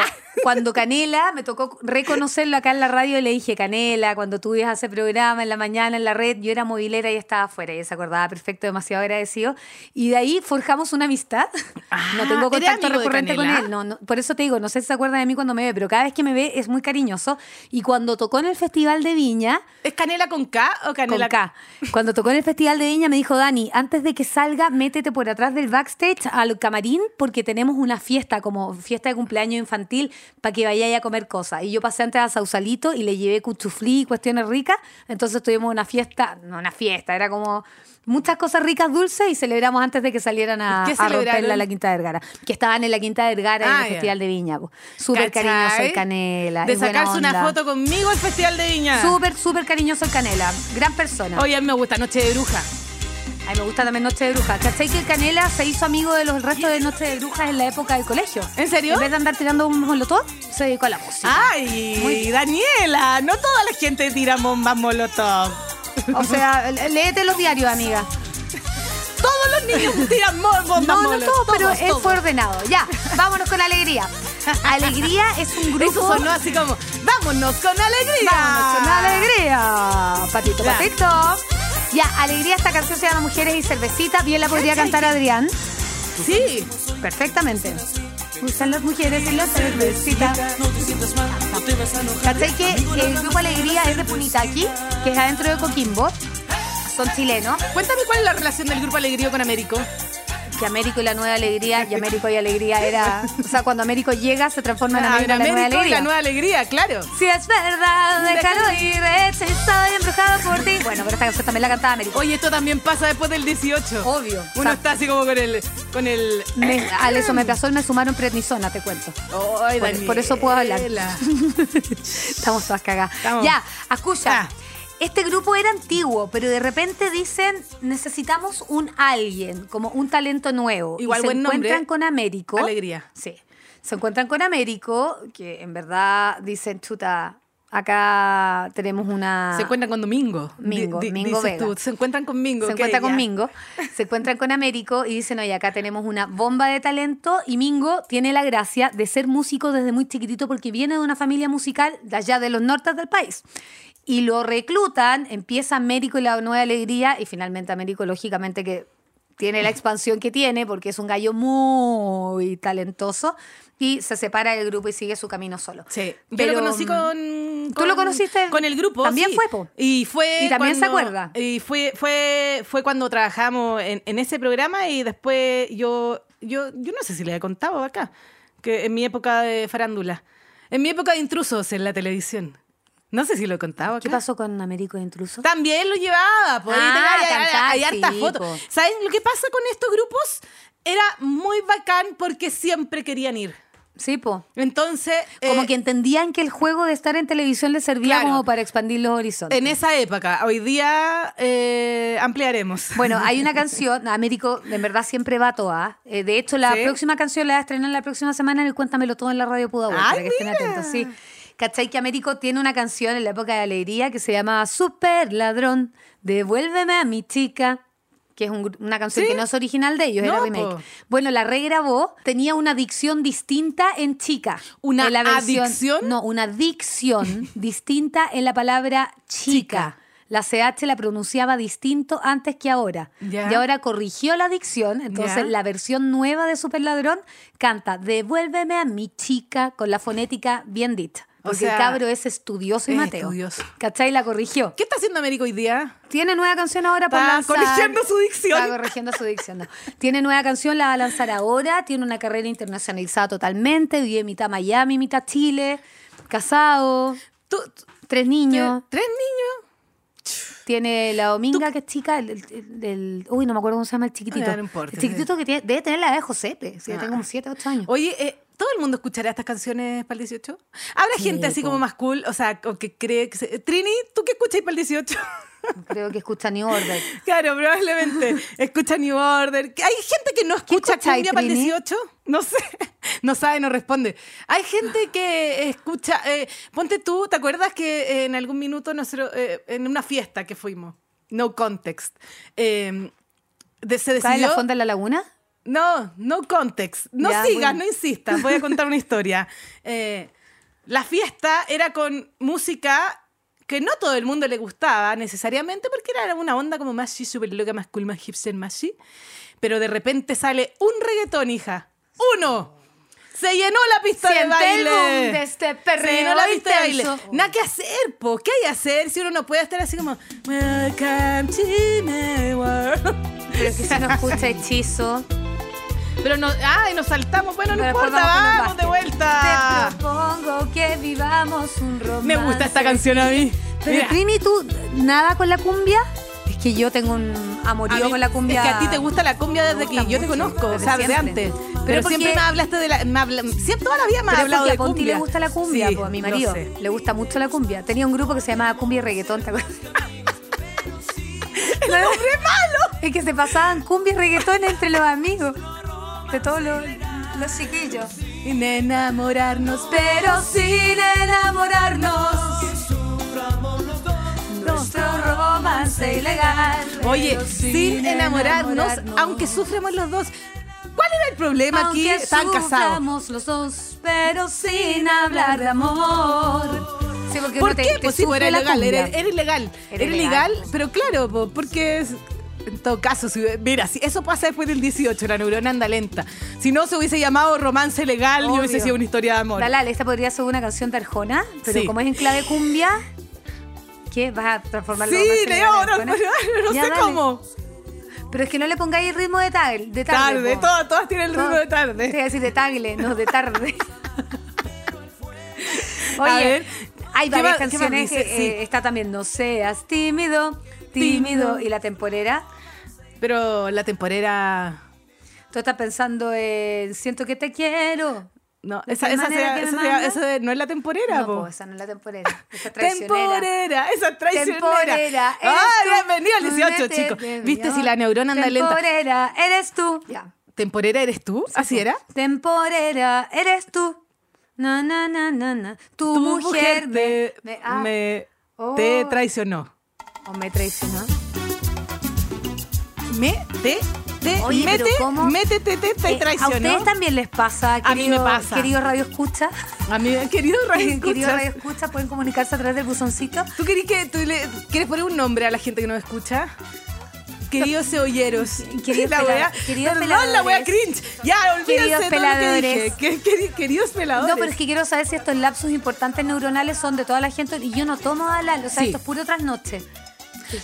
Speaker 3: cuando Canela, me tocó reconocerlo acá en la radio, le dije, Canela, cuando tú ibas a ese programa en la mañana en la red, yo era movilera y estaba afuera, y se acordaba perfecto, demasiado agradecido. Y de ahí forjamos una amistad.
Speaker 2: Ah,
Speaker 3: no tengo
Speaker 2: ¿era
Speaker 3: contacto
Speaker 2: amigo de
Speaker 3: recurrente con
Speaker 2: Canela?
Speaker 3: él, no, no, por eso te digo, no sé si se acuerda de mí cuando me ve, pero cada vez que me ve es muy cariñoso. Y cuando tocó en el Festival de Viña,
Speaker 2: ¿Es Canela con K o
Speaker 3: con
Speaker 2: Canela
Speaker 3: K. Cuando tocó en el Festival de Viña me dijo, Dani, antes de que salga, métete por atrás del backstage al camarín porque tenemos una fiesta, como fiesta de cumpleaños infantil, para que vayáis a comer cosas. Y yo pasé antes a Sausalito y le llevé cuchuflí y cuestiones ricas. Entonces tuvimos una fiesta, no una fiesta, era como muchas cosas ricas, dulces y celebramos antes de que salieran a,
Speaker 2: ¿Qué
Speaker 3: a
Speaker 2: celebraron?
Speaker 3: romperla a la Quinta de Vergara. Que estaban en la Quinta de Vergara en
Speaker 2: Ah,
Speaker 3: el
Speaker 2: ya.
Speaker 3: Festival de Viña. po. Súper
Speaker 2: ¿Cachai?
Speaker 3: cariñoso el Canela.
Speaker 2: De
Speaker 3: es buena
Speaker 2: sacarse una
Speaker 3: onda.
Speaker 2: foto conmigo al Festival de Viña.
Speaker 3: Súper, súper cariñoso el Canela. Gran persona.
Speaker 2: Oye, a mí me gusta Noche de Bruja.
Speaker 3: A mí me gusta también Noche de Brujas. ¿Cachai que Canela se hizo amigo de los restos de Noche de Brujas en la época del colegio?
Speaker 2: ¿En serio? Ah.
Speaker 3: En vez de andar tirando un molotov, se dedicó a la música.
Speaker 2: Ay, Daniela, no toda la gente tira bombas molotov.
Speaker 3: O sea, le- léete los diarios, amiga.
Speaker 2: Todos los niños tiran mo- bombas
Speaker 3: No, no
Speaker 2: molotov.
Speaker 3: todo, pero
Speaker 2: todos,
Speaker 3: él
Speaker 2: todos.
Speaker 3: fue ordenado. Ya, vámonos con alegría. Alegría es un grupo.
Speaker 2: Eso sonó así como, vámonos con alegría.
Speaker 3: Vámonos con alegría. Patito,
Speaker 2: Ya.
Speaker 3: patito. Ya, alegría, esta canción se llama Mujeres y Cervecita. Bien la podría
Speaker 2: Cachai,
Speaker 3: cantar
Speaker 2: que-
Speaker 3: Adrián.
Speaker 2: Sí.
Speaker 3: Perfectamente. Usan las mujeres y las cervecitas. ¿Cachai que el grupo Alegría es de Punitaqui, que es adentro de Coquimbo? Son chilenos.
Speaker 2: Cuéntame cuál es la relación del grupo Alegría con Américo.
Speaker 3: Que Américo y la Nueva Alegría, y Américo y Alegría era... O sea, cuando Américo llega, se transforma en
Speaker 2: Ah,
Speaker 3: Américo,
Speaker 2: en
Speaker 3: y la Nueva
Speaker 2: Américo y
Speaker 3: Alegría.
Speaker 2: la nueva alegría, claro.
Speaker 3: Si es verdad, déjalo ir, estoy embrujada por ti. Bueno, pero esta canción también la cantaba Américo.
Speaker 2: Oye, esto también pasa después del 18.
Speaker 3: Obvio.
Speaker 2: Uno está así como con el. Con el
Speaker 3: Me, al esomeprazol me sumaron prednisona, te cuento.
Speaker 2: Ay,
Speaker 3: Por, por eso puedo hablar.
Speaker 2: Daniela.
Speaker 3: Estamos todas cagadas.
Speaker 2: Estamos.
Speaker 3: Ya, escucha.
Speaker 2: Ah.
Speaker 3: Este grupo era antiguo, pero de repente dicen necesitamos un alguien, como un talento nuevo.
Speaker 2: Igual
Speaker 3: y se
Speaker 2: buen nombre,
Speaker 3: encuentran
Speaker 2: ¿eh?
Speaker 3: con Américo.
Speaker 2: Alegría.
Speaker 3: Sí. Se encuentran con Américo, que en verdad dicen, chuta, acá tenemos una.
Speaker 2: Se encuentran con Domingo.
Speaker 3: Ah. Mingo, Mingo
Speaker 2: dices
Speaker 3: Vega.
Speaker 2: tú, se encuentran con Mingo.
Speaker 3: se
Speaker 2: ok,
Speaker 3: encuentra con
Speaker 2: ya.
Speaker 3: Mingo, se encuentran con Américo y dicen, oye, acá tenemos una bomba de talento y Mingo tiene la gracia de ser músico desde muy chiquitito porque viene de una familia musical de allá de los nortes del país. Y lo reclutan, empieza Américo y la nueva alegría y finalmente Américo, lógicamente, que tiene la expansión que tiene porque es un gallo muy talentoso y se separa del grupo y sigue su camino solo.
Speaker 2: Sí, yo
Speaker 3: Pero, mm,
Speaker 2: lo conocí con,
Speaker 3: ¿Tú lo
Speaker 2: con-
Speaker 3: conociste?
Speaker 2: Con el grupo.
Speaker 3: También
Speaker 2: sí.
Speaker 3: fue, po.
Speaker 2: Y fue.
Speaker 3: Y también se
Speaker 2: cuando-
Speaker 3: acuerda.
Speaker 2: Y fue, fue, fue cuando trabajamos en, en ese programa y después yo, yo. Yo no sé si le he contado acá, que en mi época de farándula. En mi época de intrusos en la televisión. No sé si lo he contado acá.
Speaker 3: ¿Qué pasó con Américo de Intruso?
Speaker 2: También lo llevaba, por ahí
Speaker 3: Ah,
Speaker 2: tenía- hay, hay-
Speaker 3: cantar,
Speaker 2: hay hartas
Speaker 3: sí,
Speaker 2: fotos.
Speaker 3: po.
Speaker 2: ¿Saben lo que pasa con estos grupos? Era muy bacán porque siempre querían ir.
Speaker 3: Sí, po.
Speaker 2: Entonces,
Speaker 3: Como
Speaker 2: eh,
Speaker 3: que entendían que el juego de estar en televisión les servía
Speaker 2: Claro.
Speaker 3: como para expandir los horizontes.
Speaker 2: en e- esa época, hoy día eh, ampliaremos.
Speaker 3: Bueno, hay una canción, Américo en verdad siempre va a toa. Eh, de hecho, la
Speaker 2: ¿Sí?
Speaker 3: próxima canción la va a estrenar la próxima semana en el Cuéntamelo Todo en la Radio Pudahuel,
Speaker 2: ¡Ay,
Speaker 3: para que estén
Speaker 2: mira!
Speaker 3: atentos. Sí. ¿Cachai que Américo tiene una canción en la época de alegría que se llama Super Ladrón, devuélveme a mi chica? que es un gru- una canción
Speaker 2: ¿Sí?
Speaker 3: que no es original de ellos, era
Speaker 2: No,
Speaker 3: remake.
Speaker 2: po.
Speaker 3: Bueno, la regrabó, tenía una dicción distinta en chica.
Speaker 2: ¿Una
Speaker 3: En la versión-
Speaker 2: adicción?
Speaker 3: No, una dicción distinta en la palabra chica. La CH la pronunciaba distinto antes que ahora.
Speaker 2: Ya.
Speaker 3: Y ahora corrigió la dicción. Entonces,
Speaker 2: Ya.
Speaker 3: la versión nueva de Super Ladrón canta Devuélveme a mi chica con la fonética bien dicha.
Speaker 2: O
Speaker 3: Porque el
Speaker 2: sea,
Speaker 3: cabro es estudioso y
Speaker 2: es
Speaker 3: mateo.
Speaker 2: estudioso.
Speaker 3: ¿Cachai? La corrigió.
Speaker 2: ¿Qué está haciendo Américo hoy día?
Speaker 3: Tiene nueva canción ahora por
Speaker 2: Está
Speaker 3: lanzar.
Speaker 2: corrigiendo su dicción.
Speaker 3: Está corrigiendo su dicción. no. Tiene nueva canción, la va a lanzar ahora. Tiene una carrera internacionalizada totalmente. Vive mitad Miami, mitad Chile. Casado.
Speaker 2: Tú- tú-
Speaker 3: Tres niños.
Speaker 2: ¿Tres niños?
Speaker 3: Tiene la Dominga, que es chica, el, el- el- el- uy, no me acuerdo cómo se llama el chiquitito.
Speaker 2: Ah, no importa.
Speaker 3: El chiquitito que tiene- debe tener la edad de Josepe, si
Speaker 2: Ah.
Speaker 3: tiene como 7, 8 años.
Speaker 2: Oye, eh, ¿todo el mundo escuchará estas canciones para el 18? ¿Habrá gente así
Speaker 3: po.
Speaker 2: como más cool? O sea, o que cree que... se- Trini, ¿tú qué escuchas para el 18?
Speaker 3: Creo que escucha New Order.
Speaker 2: Claro, probablemente. Escucha New Order. Que Hay gente que no escucha
Speaker 3: escucháis,
Speaker 2: cumbia para el
Speaker 3: Trini?
Speaker 2: 18. No sé. No sabe, no responde. Hay gente que escucha. eh, ponte tú, ¿te acuerdas que eh, en algún minuto nosotros, eh, en una fiesta que fuimos, no context, eh, de- se
Speaker 3: ¿Está en la
Speaker 2: decidió.
Speaker 3: fonda de la laguna?
Speaker 2: No, no context. No
Speaker 3: Ya,
Speaker 2: sigas,
Speaker 3: bueno.
Speaker 2: no insistas. Voy a contar una historia. Eh, la fiesta era con música que no todo el mundo le gustaba necesariamente porque era una onda como más sí, súper loca, más cool, más hipster, más sí. Pero de repente sale un reggaetón, hija. ¡Uno! Se llenó la pista
Speaker 3: Siente
Speaker 2: de baile.
Speaker 3: el boom de este perreo
Speaker 2: Se llenó la pista de baile.
Speaker 3: intenso.
Speaker 2: Nada que hacer, po. ¿Qué hay que hacer si uno no puede estar así como Welcome to my world?
Speaker 3: Pero que si no escucha hechizo.
Speaker 2: Pero nos, ay, nos saltamos. Bueno, no
Speaker 3: Pero después
Speaker 2: importa,
Speaker 3: vamos con el
Speaker 2: vamos, de
Speaker 3: básquet.
Speaker 2: vuelta.
Speaker 3: Te propongo que vivamos un romance.
Speaker 2: Ah. Me gusta esta canción a mí.
Speaker 3: Pero
Speaker 2: Mira,
Speaker 3: Trini, ¿tú nada con la cumbia? Es que yo tengo un
Speaker 2: a
Speaker 3: amorío
Speaker 2: mí-
Speaker 3: con la cumbia.
Speaker 2: Es que a ti te gusta la cumbia
Speaker 3: Me
Speaker 2: desde que
Speaker 3: gusta
Speaker 2: yo te
Speaker 3: mucho,
Speaker 2: conozco, o
Speaker 3: desde
Speaker 2: sea, desde
Speaker 3: siempre.
Speaker 2: antes.
Speaker 3: Pero
Speaker 2: Pero,
Speaker 3: porque-
Speaker 2: siempre me hablaste de la. Me habla- siempre toda la vida me has
Speaker 3: Pero
Speaker 2: hablado
Speaker 3: porque
Speaker 2: de
Speaker 3: a Ponti
Speaker 2: cumbia.
Speaker 3: le gusta la cumbia, pues,
Speaker 2: Sí,
Speaker 3: po, a mi
Speaker 2: lo
Speaker 3: marido.
Speaker 2: sé.
Speaker 3: Le gusta mucho la cumbia. Tenía un grupo que se llamaba Cumbia y Reggaetón, ¿te acuerdas?
Speaker 2: ¡El hombre malo!
Speaker 3: Es que se pasaban cumbia y reggaetón entre los amigos. De todos los, los chiquillos.
Speaker 2: Sin enamorarnos, pero sin enamorarnos.
Speaker 3: Nuestro romance ilegal. pero
Speaker 2: Oye, sin enamorarnos, aunque sufremos los dos. ¿Cuál era el problema aquí?
Speaker 3: Aunque
Speaker 2: Están casados.
Speaker 3: suframos los dos, pero sin hablar de amor. Sí, porque
Speaker 2: ¿Por
Speaker 3: uno te-
Speaker 2: qué?
Speaker 3: te
Speaker 2: pues sí, pues, era
Speaker 3: sufre la
Speaker 2: ilegal,
Speaker 3: cumbia.
Speaker 2: era, era ilegal. Era,
Speaker 3: Era
Speaker 2: ilegal,
Speaker 3: ilegal. pues.
Speaker 2: pero claro, po, porque es- en todo caso, si- mira, si eso pasa después del 18, la neurona anda lenta. Si no, se hubiese llamado romance legal y hubiese
Speaker 3: Obvio.
Speaker 2: sido una historia de amor.
Speaker 3: Dalal, esta podría ser una canción de Arjona, pero
Speaker 2: Sí.
Speaker 3: como es en clave cumbia, ¿qué? ¿Vas a transformarlo en
Speaker 2: Sí,
Speaker 3: una
Speaker 2: Leo,
Speaker 3: señora de
Speaker 2: no,
Speaker 3: Arjona?
Speaker 2: no
Speaker 3: Ya,
Speaker 2: sé
Speaker 3: dale.
Speaker 2: cómo.
Speaker 3: Pero es que no le pongáis ritmo de tarde. De tarde,
Speaker 2: Tarde,
Speaker 3: po.
Speaker 2: todas, todas tienen el ritmo
Speaker 3: Todo-
Speaker 2: de tarde.
Speaker 3: Te iba a decir de tagle, no de tarde. Oye,
Speaker 2: A ver,
Speaker 3: hay
Speaker 2: ¿qué más-
Speaker 3: varias
Speaker 2: qué más
Speaker 3: canciones.
Speaker 2: dice?
Speaker 3: que, eh, está también No seas tímido,
Speaker 2: Tímido.
Speaker 3: tímido y la temporera.
Speaker 2: Pero la temporera.
Speaker 3: Tú estás pensando en Siento que te quiero.
Speaker 2: No,
Speaker 3: ¿De
Speaker 2: esa,
Speaker 3: qué
Speaker 2: esa,
Speaker 3: manera
Speaker 2: sea-
Speaker 3: que me
Speaker 2: esa sea-
Speaker 3: manda?
Speaker 2: esa de- no es la temporera,
Speaker 3: No,
Speaker 2: po.
Speaker 3: po, esa no es la temporera. Esa traicionera.
Speaker 2: Temporera, esa es traicionera.
Speaker 3: Temporera, eres
Speaker 2: ¡Ah,
Speaker 3: tú.
Speaker 2: bienvenido al 18,
Speaker 3: Únete
Speaker 2: chicos!
Speaker 3: de
Speaker 2: ¿Viste
Speaker 3: mí,
Speaker 2: si la neurona anda lenta?
Speaker 3: Temporera, eres tú. Ya.
Speaker 2: ¿Temporera eres tú? ¿Así era?
Speaker 3: Temporera, eres tú. Na, na, na, na, na. Tu,
Speaker 2: Tu
Speaker 3: mujer,
Speaker 2: te,
Speaker 3: me, me- ah,
Speaker 2: me-
Speaker 3: Oh.
Speaker 2: te traicionó.
Speaker 3: o me traicionó.
Speaker 2: Me, te, te,
Speaker 3: Oye,
Speaker 2: mete,
Speaker 3: pero ¿cómo?
Speaker 2: mete, te, te, te
Speaker 3: Eh, ¿A
Speaker 2: traicionó.
Speaker 3: ustedes también les pasa, querido,
Speaker 2: A mí me pasa.
Speaker 3: querido Radio Escucha?
Speaker 2: A mi querido Radio
Speaker 3: Querido
Speaker 2: Escucha.
Speaker 3: Radio Escucha, pueden comunicarse a través del buzoncito.
Speaker 2: ¿Tú querés que tú le- quieres poner un nombre a la gente que nos escucha? Queridos ceolleros.
Speaker 3: Queridos
Speaker 2: la
Speaker 3: pela-
Speaker 2: wea,
Speaker 3: queridos
Speaker 2: perdón, la wea
Speaker 3: peladores.
Speaker 2: cringe. Ya, olvídense
Speaker 3: Queridos
Speaker 2: de todo lo que dije.
Speaker 3: peladores.
Speaker 2: Que- queri- queridos peladores.
Speaker 3: No, pero es que quiero saber si estos lapsus importantes neuronales son de toda la gente. Y yo no tomo Dalal, o sea,
Speaker 2: Sí.
Speaker 3: esto es puro trasnoche.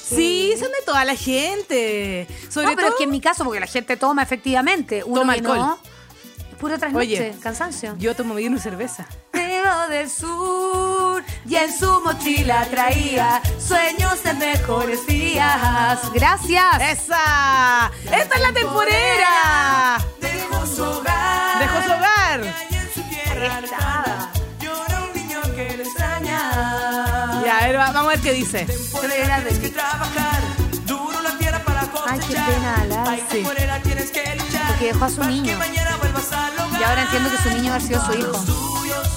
Speaker 2: Sí, son de toda la gente. Sobre
Speaker 3: No, pero
Speaker 2: todo,
Speaker 3: es que en mi caso, porque la gente toma efectivamente. Uno
Speaker 2: Toma
Speaker 3: que
Speaker 2: alcohol.
Speaker 3: no. es Puro
Speaker 2: Oye.
Speaker 3: trasnoche, cansancio.
Speaker 2: yo tomo bien una cerveza.
Speaker 3: Veo del sur y en su mochila traía sueños de mejores días. Gracias.
Speaker 2: ¡Esa! ¡Esta es la temporera!
Speaker 4: Dejó su hogar.
Speaker 2: Dejó su hogar.
Speaker 4: Y en su tierra natal llora un niño que le extraña.
Speaker 2: Ya, a ver, va- vamos a ver qué dice.
Speaker 4: Temporera tienes que trabajar, duro la tierra para cosechar.
Speaker 3: Ay, qué pena, Alan.
Speaker 4: Ay,
Speaker 2: Sí.
Speaker 4: temporera tienes que luchar.
Speaker 3: Porque dejó a su
Speaker 4: pa' que
Speaker 3: niño.
Speaker 4: mañana vuelvas al hogar.
Speaker 3: Y ahora entiendo que su niño ha sido su hijo.
Speaker 2: pues.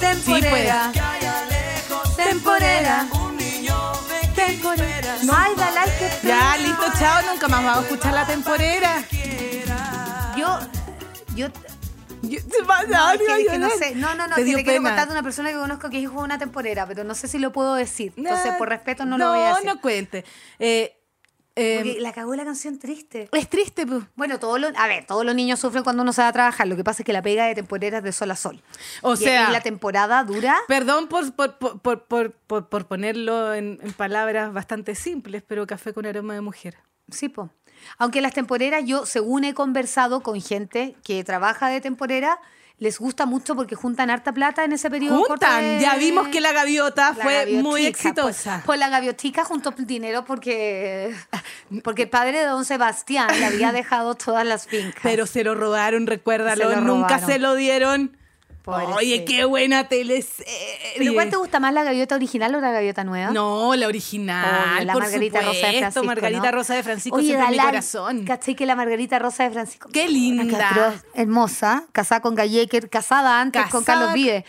Speaker 2: Temporera,
Speaker 4: Que allá lejos
Speaker 2: pues.
Speaker 3: temporera.
Speaker 4: un niño de que espera.
Speaker 3: Ay, Dalai, qué pena.
Speaker 2: Ya, listo, chao. Nunca más vamos a escuchar la temporera.
Speaker 3: Yo, yo,
Speaker 2: Yo- se va-
Speaker 3: no,
Speaker 2: ay,
Speaker 3: es que-
Speaker 2: ay,
Speaker 3: es que no
Speaker 2: ay.
Speaker 3: sé. No, no, no,
Speaker 2: Te
Speaker 3: que
Speaker 2: dio
Speaker 3: te quiero
Speaker 2: pena.
Speaker 3: contar de una persona que conozco que hijo de una temporera, pero no sé si lo puedo decir.
Speaker 2: No,
Speaker 3: Entonces, por respeto, no, lo voy a decir.
Speaker 2: No, no cuente. Eh, eh,
Speaker 3: Porque la cagó la canción triste.
Speaker 2: es triste, pues. pu.
Speaker 3: Bueno, todos los, a ver, todos los niños sufren cuando no se va a trabajar. Lo que pasa es que la pega de temporera es de sol a sol.
Speaker 2: O
Speaker 3: Y-
Speaker 2: sea-
Speaker 3: y la temporada dura.
Speaker 2: Perdón por, por, por, por, por- por- por ponerlo en, en palabras bastante simples, pero café con aroma de mujer.
Speaker 3: Sí, po. Aunque las temporeras, yo, según he conversado con gente que trabaja de temporera, les gusta mucho porque juntan harta plata en ese periodo. corto
Speaker 2: Juntan,
Speaker 3: de-
Speaker 2: ya vimos que la gaviota
Speaker 3: La
Speaker 2: Ah, fue
Speaker 3: gaviotica,
Speaker 2: muy
Speaker 3: Pues,
Speaker 2: exitosa.
Speaker 3: pues la gaviotica juntó dinero porque, porque el padre de Don Sebastián le había dejado todas las fincas.
Speaker 2: pero se lo robaron, recuérdalo,
Speaker 3: Se lo
Speaker 2: nunca
Speaker 3: robaron.
Speaker 2: se lo dieron.
Speaker 3: Pobrecito.
Speaker 2: Oye, qué buena teleserie.
Speaker 3: ¿Pero cuál te gusta más, la gaviota original o la gaviota nueva?
Speaker 2: No, la original,
Speaker 3: Obvio, la
Speaker 2: por
Speaker 3: Margarita
Speaker 2: supuesto.
Speaker 3: Rosa de Francisco.
Speaker 2: Margarita
Speaker 3: ¿no?
Speaker 2: Rosa de Francisco
Speaker 3: Oye,
Speaker 2: siempre en mi
Speaker 3: Dalal,
Speaker 2: corazón.
Speaker 3: ¿Cachai que la Margarita Rosa de Francisco?
Speaker 2: Qué linda.
Speaker 3: Una atroz, Hermosa, casada con Gallecker, casada antes con
Speaker 2: Casada
Speaker 3: Carlos Vives.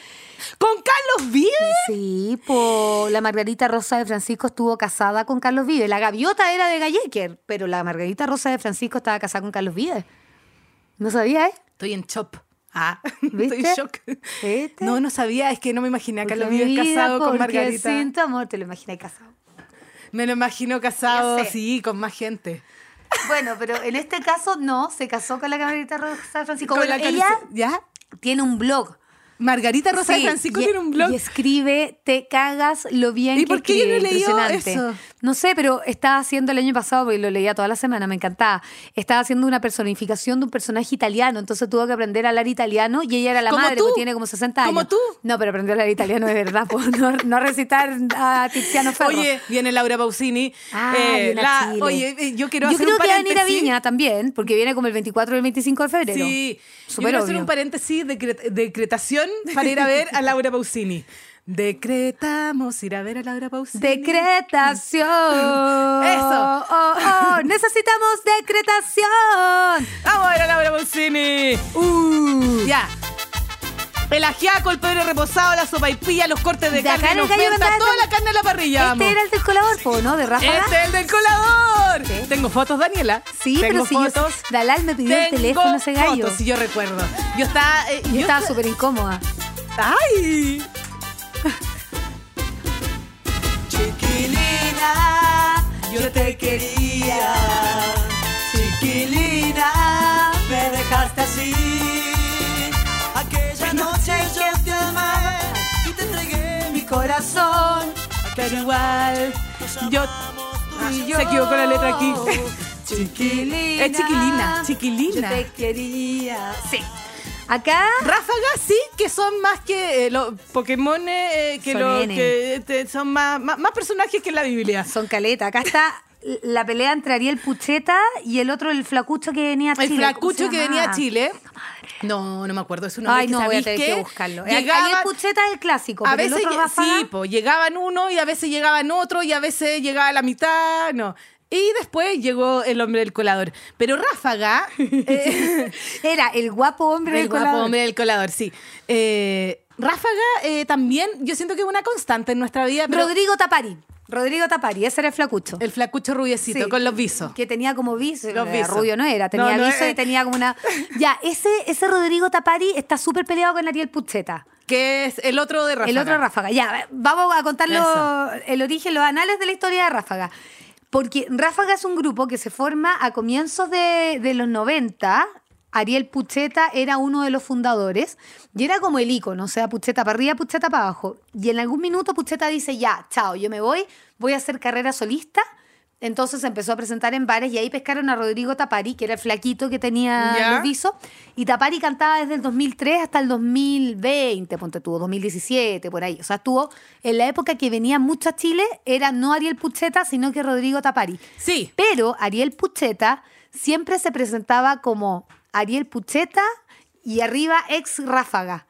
Speaker 2: Con Carlos Vives.
Speaker 3: Sí, po, la Margarita Rosa de Francisco estuvo casada con Carlos Vives. La gaviota era de Gallecker, pero la Margarita Rosa de Francisco estaba casada con Carlos Vives. No sabía, ¿eh?
Speaker 2: Estoy en chop. Ah, estoy en
Speaker 3: ¿Viste?
Speaker 2: shock.
Speaker 3: ¿Viste?
Speaker 2: No, no sabía, es que no me imaginé a
Speaker 3: Porque
Speaker 2: Carlos
Speaker 3: mi
Speaker 2: Vives
Speaker 3: vida,
Speaker 2: casado con
Speaker 3: porque
Speaker 2: Margarita.
Speaker 3: Sin tu amor, te lo imaginé casado.
Speaker 2: Me lo imagino casado,
Speaker 3: Ya sé.
Speaker 2: sí, con más gente.
Speaker 3: Bueno, pero en este caso no, se casó con la Margarita Rosa de Francisco.
Speaker 2: Con
Speaker 3: Bueno,
Speaker 2: la
Speaker 3: ella
Speaker 2: Carice- ¿Ya?
Speaker 3: tiene un blog.
Speaker 2: Margarita Rosa de
Speaker 3: Sí,
Speaker 2: Francisco
Speaker 3: y-
Speaker 2: tiene un blog.
Speaker 3: Y escribe, te cagas lo bien
Speaker 2: ¿Y
Speaker 3: que
Speaker 2: por qué yo no he
Speaker 3: escribe,
Speaker 2: leído
Speaker 3: impresionante.
Speaker 2: eso?
Speaker 3: No sé, pero estaba haciendo el año pasado, porque lo leía toda la semana, me encantaba. Estaba haciendo una personificación de un personaje italiano, entonces tuvo que aprender a hablar italiano y ella era la
Speaker 2: Como
Speaker 3: madre,
Speaker 2: tú.
Speaker 3: porque tiene como 60 años.
Speaker 2: Como tú.
Speaker 3: No, pero aprendió a hablar italiano de verdad, por no, no recitar a Tiziano Ferro.
Speaker 2: Oye, viene Laura Pausini.
Speaker 3: Ah,
Speaker 2: Eh,
Speaker 3: viene a
Speaker 2: la-
Speaker 3: Chile.
Speaker 2: oye, eh, yo quiero
Speaker 3: Yo
Speaker 2: hacer
Speaker 3: creo
Speaker 2: un
Speaker 3: que va a venir a
Speaker 2: paréntesis.
Speaker 3: Viña también, porque viene como el 24 o el 25 de febrero.
Speaker 2: Sí, yo
Speaker 3: Súper
Speaker 2: quiero hacer
Speaker 3: obvio.
Speaker 2: un paréntesis de cre- decretación para ir a ver a Laura Pausini. Decretamos ir a ver a Laura Pausini.
Speaker 3: Decretación.
Speaker 2: Eso.
Speaker 3: Oh, oh, necesitamos decretación.
Speaker 2: Vamos a ver a Laura Bolsini.
Speaker 3: Uh.
Speaker 2: Ya. El ajiaco, el pedre reposado, la sopaipilla, los cortes de,
Speaker 3: De acá
Speaker 2: carne,
Speaker 3: en
Speaker 2: en
Speaker 3: el gallo
Speaker 2: oferta,
Speaker 3: mandaba-
Speaker 2: toda la carne a la parrilla.
Speaker 3: Este era el del colador, po, ¿no? De Ráfaga.
Speaker 2: Este es el del colador.
Speaker 3: Sí.
Speaker 2: Tengo fotos, Daniela.
Speaker 3: Sí,
Speaker 2: Tengo
Speaker 3: pero si yo,
Speaker 2: fotos.
Speaker 3: Dalal me pidió el
Speaker 2: Tengo
Speaker 3: teléfono ese gallo.
Speaker 2: Fotos, si yo recuerdo. Yo estaba. eh,
Speaker 3: Yo estaba súper incómoda.
Speaker 2: ¡Ay!
Speaker 4: Chiquilina, yo te quería. Chiquilina, me dejaste así. Aquella noche yo te amé y te entregué mi corazón.
Speaker 2: Pero igual. Yo.
Speaker 4: y
Speaker 2: Se equivocó la letra aquí.
Speaker 4: Chiquilina.
Speaker 2: Es chiquilina, chiquilina.
Speaker 4: Yo te quería.
Speaker 2: Sí.
Speaker 3: Acá.
Speaker 2: Ráfagas sí que son más que eh, los Pokémon eh, que,
Speaker 3: Son
Speaker 2: los
Speaker 3: N.
Speaker 2: que te- son más, más, más personajes que en la Biblia.
Speaker 3: Son caleta. Acá está la pelea entre Ariel Pucheta y el otro, el flacucho que venía a Chile.
Speaker 2: El
Speaker 3: ¿Cómo se
Speaker 2: flacucho que venía a
Speaker 3: llamaba?
Speaker 2: Chile. No, no me acuerdo. Es un hombre
Speaker 3: Ay,
Speaker 2: que
Speaker 3: no, voy a
Speaker 2: ¿sabéis
Speaker 3: tener
Speaker 2: qué?
Speaker 3: que buscarlo. Eh,
Speaker 2: Llegaba-
Speaker 3: Ariel Pucheta es el clásico,
Speaker 2: a
Speaker 3: pero el
Speaker 2: veces
Speaker 3: otro
Speaker 2: lle-
Speaker 3: Ráfaga-
Speaker 2: sí, po, llegaban uno y a veces llegaban otro y a veces llegaba la mitad, no. Y después llegó el hombre del colador. Pero Ráfaga, eh,
Speaker 3: Era el guapo
Speaker 2: el
Speaker 3: hombre del
Speaker 2: guapo
Speaker 3: colador.
Speaker 2: hombre del colador, sí. Eh, Ráfaga eh, también, yo siento que es una constante en nuestra vida. Pero
Speaker 3: Rodrigo Tapari. Rodrigo Tapari, ese era el flacucho.
Speaker 2: El flacucho rubiecito
Speaker 3: Sí.
Speaker 2: con los visos.
Speaker 3: Que tenía como viso.
Speaker 2: Los
Speaker 3: eh,
Speaker 2: visos.
Speaker 3: Rubio no era, tenía
Speaker 2: No, no,
Speaker 3: viso y
Speaker 2: eh.
Speaker 3: tenía como una. Ya, ese, ese Rodrigo Tapari está súper peleado con Ariel Pucheta.
Speaker 2: Que es el otro de Ráfaga.
Speaker 3: El otro Ráfaga. Ya, vamos a contar lo-
Speaker 2: Eso.
Speaker 3: el origen, los anales de la historia de Ráfaga. Porque Ráfaga es un grupo que se forma a comienzos de, de los 90. Ariel Pucheta era uno de los fundadores y era como el ícono, o sea, Pucheta para arriba, Pucheta para abajo. Y en algún minuto Pucheta dice, ya, chao, yo me voy, voy a hacer carrera solista. Entonces se empezó a presentar en bares y ahí pescaron a Rodrigo Tapari, que era el flaquito que tenía
Speaker 2: Ya.
Speaker 3: Ah, los visos. Y Tapari cantaba desde el 2003 hasta el 2020, ponte tú, 2017, por ahí. O sea, estuvo en la época que venía mucho a Chile, era no Ariel Pucheta, sino que Rodrigo Tapari.
Speaker 2: Sí.
Speaker 3: Pero Ariel Pucheta siempre se presentaba como Ariel Pucheta y arriba ex Ráfaga.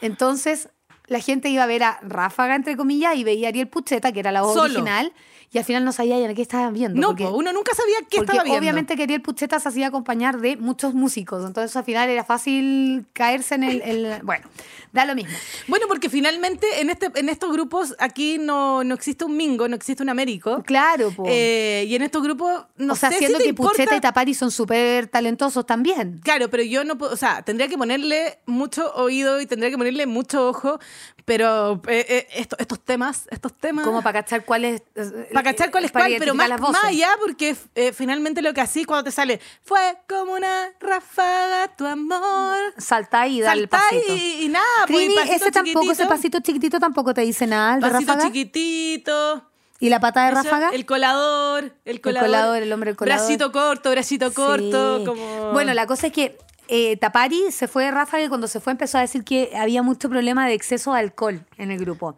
Speaker 3: Entonces la gente iba a ver a Ráfaga, entre comillas, y veía a Ariel Pucheta, que era la voz
Speaker 2: Solo.
Speaker 3: original, y al final no sabía ya qué estaban viendo.
Speaker 2: No,
Speaker 3: porque-
Speaker 2: po, uno nunca sabía qué
Speaker 3: porque
Speaker 2: estaba viendo.
Speaker 3: obviamente que Ariel Pucheta se hacía acompañar de muchos músicos, entonces al final era fácil caerse en el... el- bueno, da lo mismo.
Speaker 2: Bueno, porque finalmente en, este, en estos grupos aquí no, no existe un mingo, no existe un américo.
Speaker 3: Claro, po.
Speaker 2: Eh, y en estos grupos no
Speaker 3: o sea,
Speaker 2: sé si
Speaker 3: siendo
Speaker 2: te
Speaker 3: que
Speaker 2: importa-
Speaker 3: Pucheta y Tapari son súper talentosos también.
Speaker 2: Claro, pero yo no puedo, o sea, tendría que ponerle mucho oído y tendría que ponerle mucho ojo, pero eh, eh, esto- estos temas, estos temas...
Speaker 3: Como para cachar cuál es... eh,
Speaker 2: para cachar cuál es
Speaker 3: para
Speaker 2: cuál, pero
Speaker 3: identificar
Speaker 2: más,
Speaker 3: las voces.
Speaker 2: más allá, porque eh, finalmente lo que así cuando te sale fue como una ráfaga tu amor.
Speaker 3: Saltá y dale el
Speaker 2: Saltá
Speaker 3: pasito.
Speaker 2: y, y nada, pues, y
Speaker 3: Trini,
Speaker 2: pasito
Speaker 3: ese tampoco, ese
Speaker 2: chiquitito,
Speaker 3: pasito chiquitito tampoco te dice nada. el de
Speaker 2: pasito
Speaker 3: Ráfaga.
Speaker 2: chiquitito.
Speaker 3: ¿Y la pata de
Speaker 2: Eso,
Speaker 3: Ráfaga?
Speaker 2: El colador, el colador.
Speaker 3: colador, el hombre del colador.
Speaker 2: Bracito corto, bracito corto.
Speaker 3: Sí.
Speaker 2: Como...
Speaker 3: Bueno, la cosa es que eh, Tapari se fue de Ráfaga y cuando se fue empezó a decir que había mucho problema de exceso de alcohol en el grupo.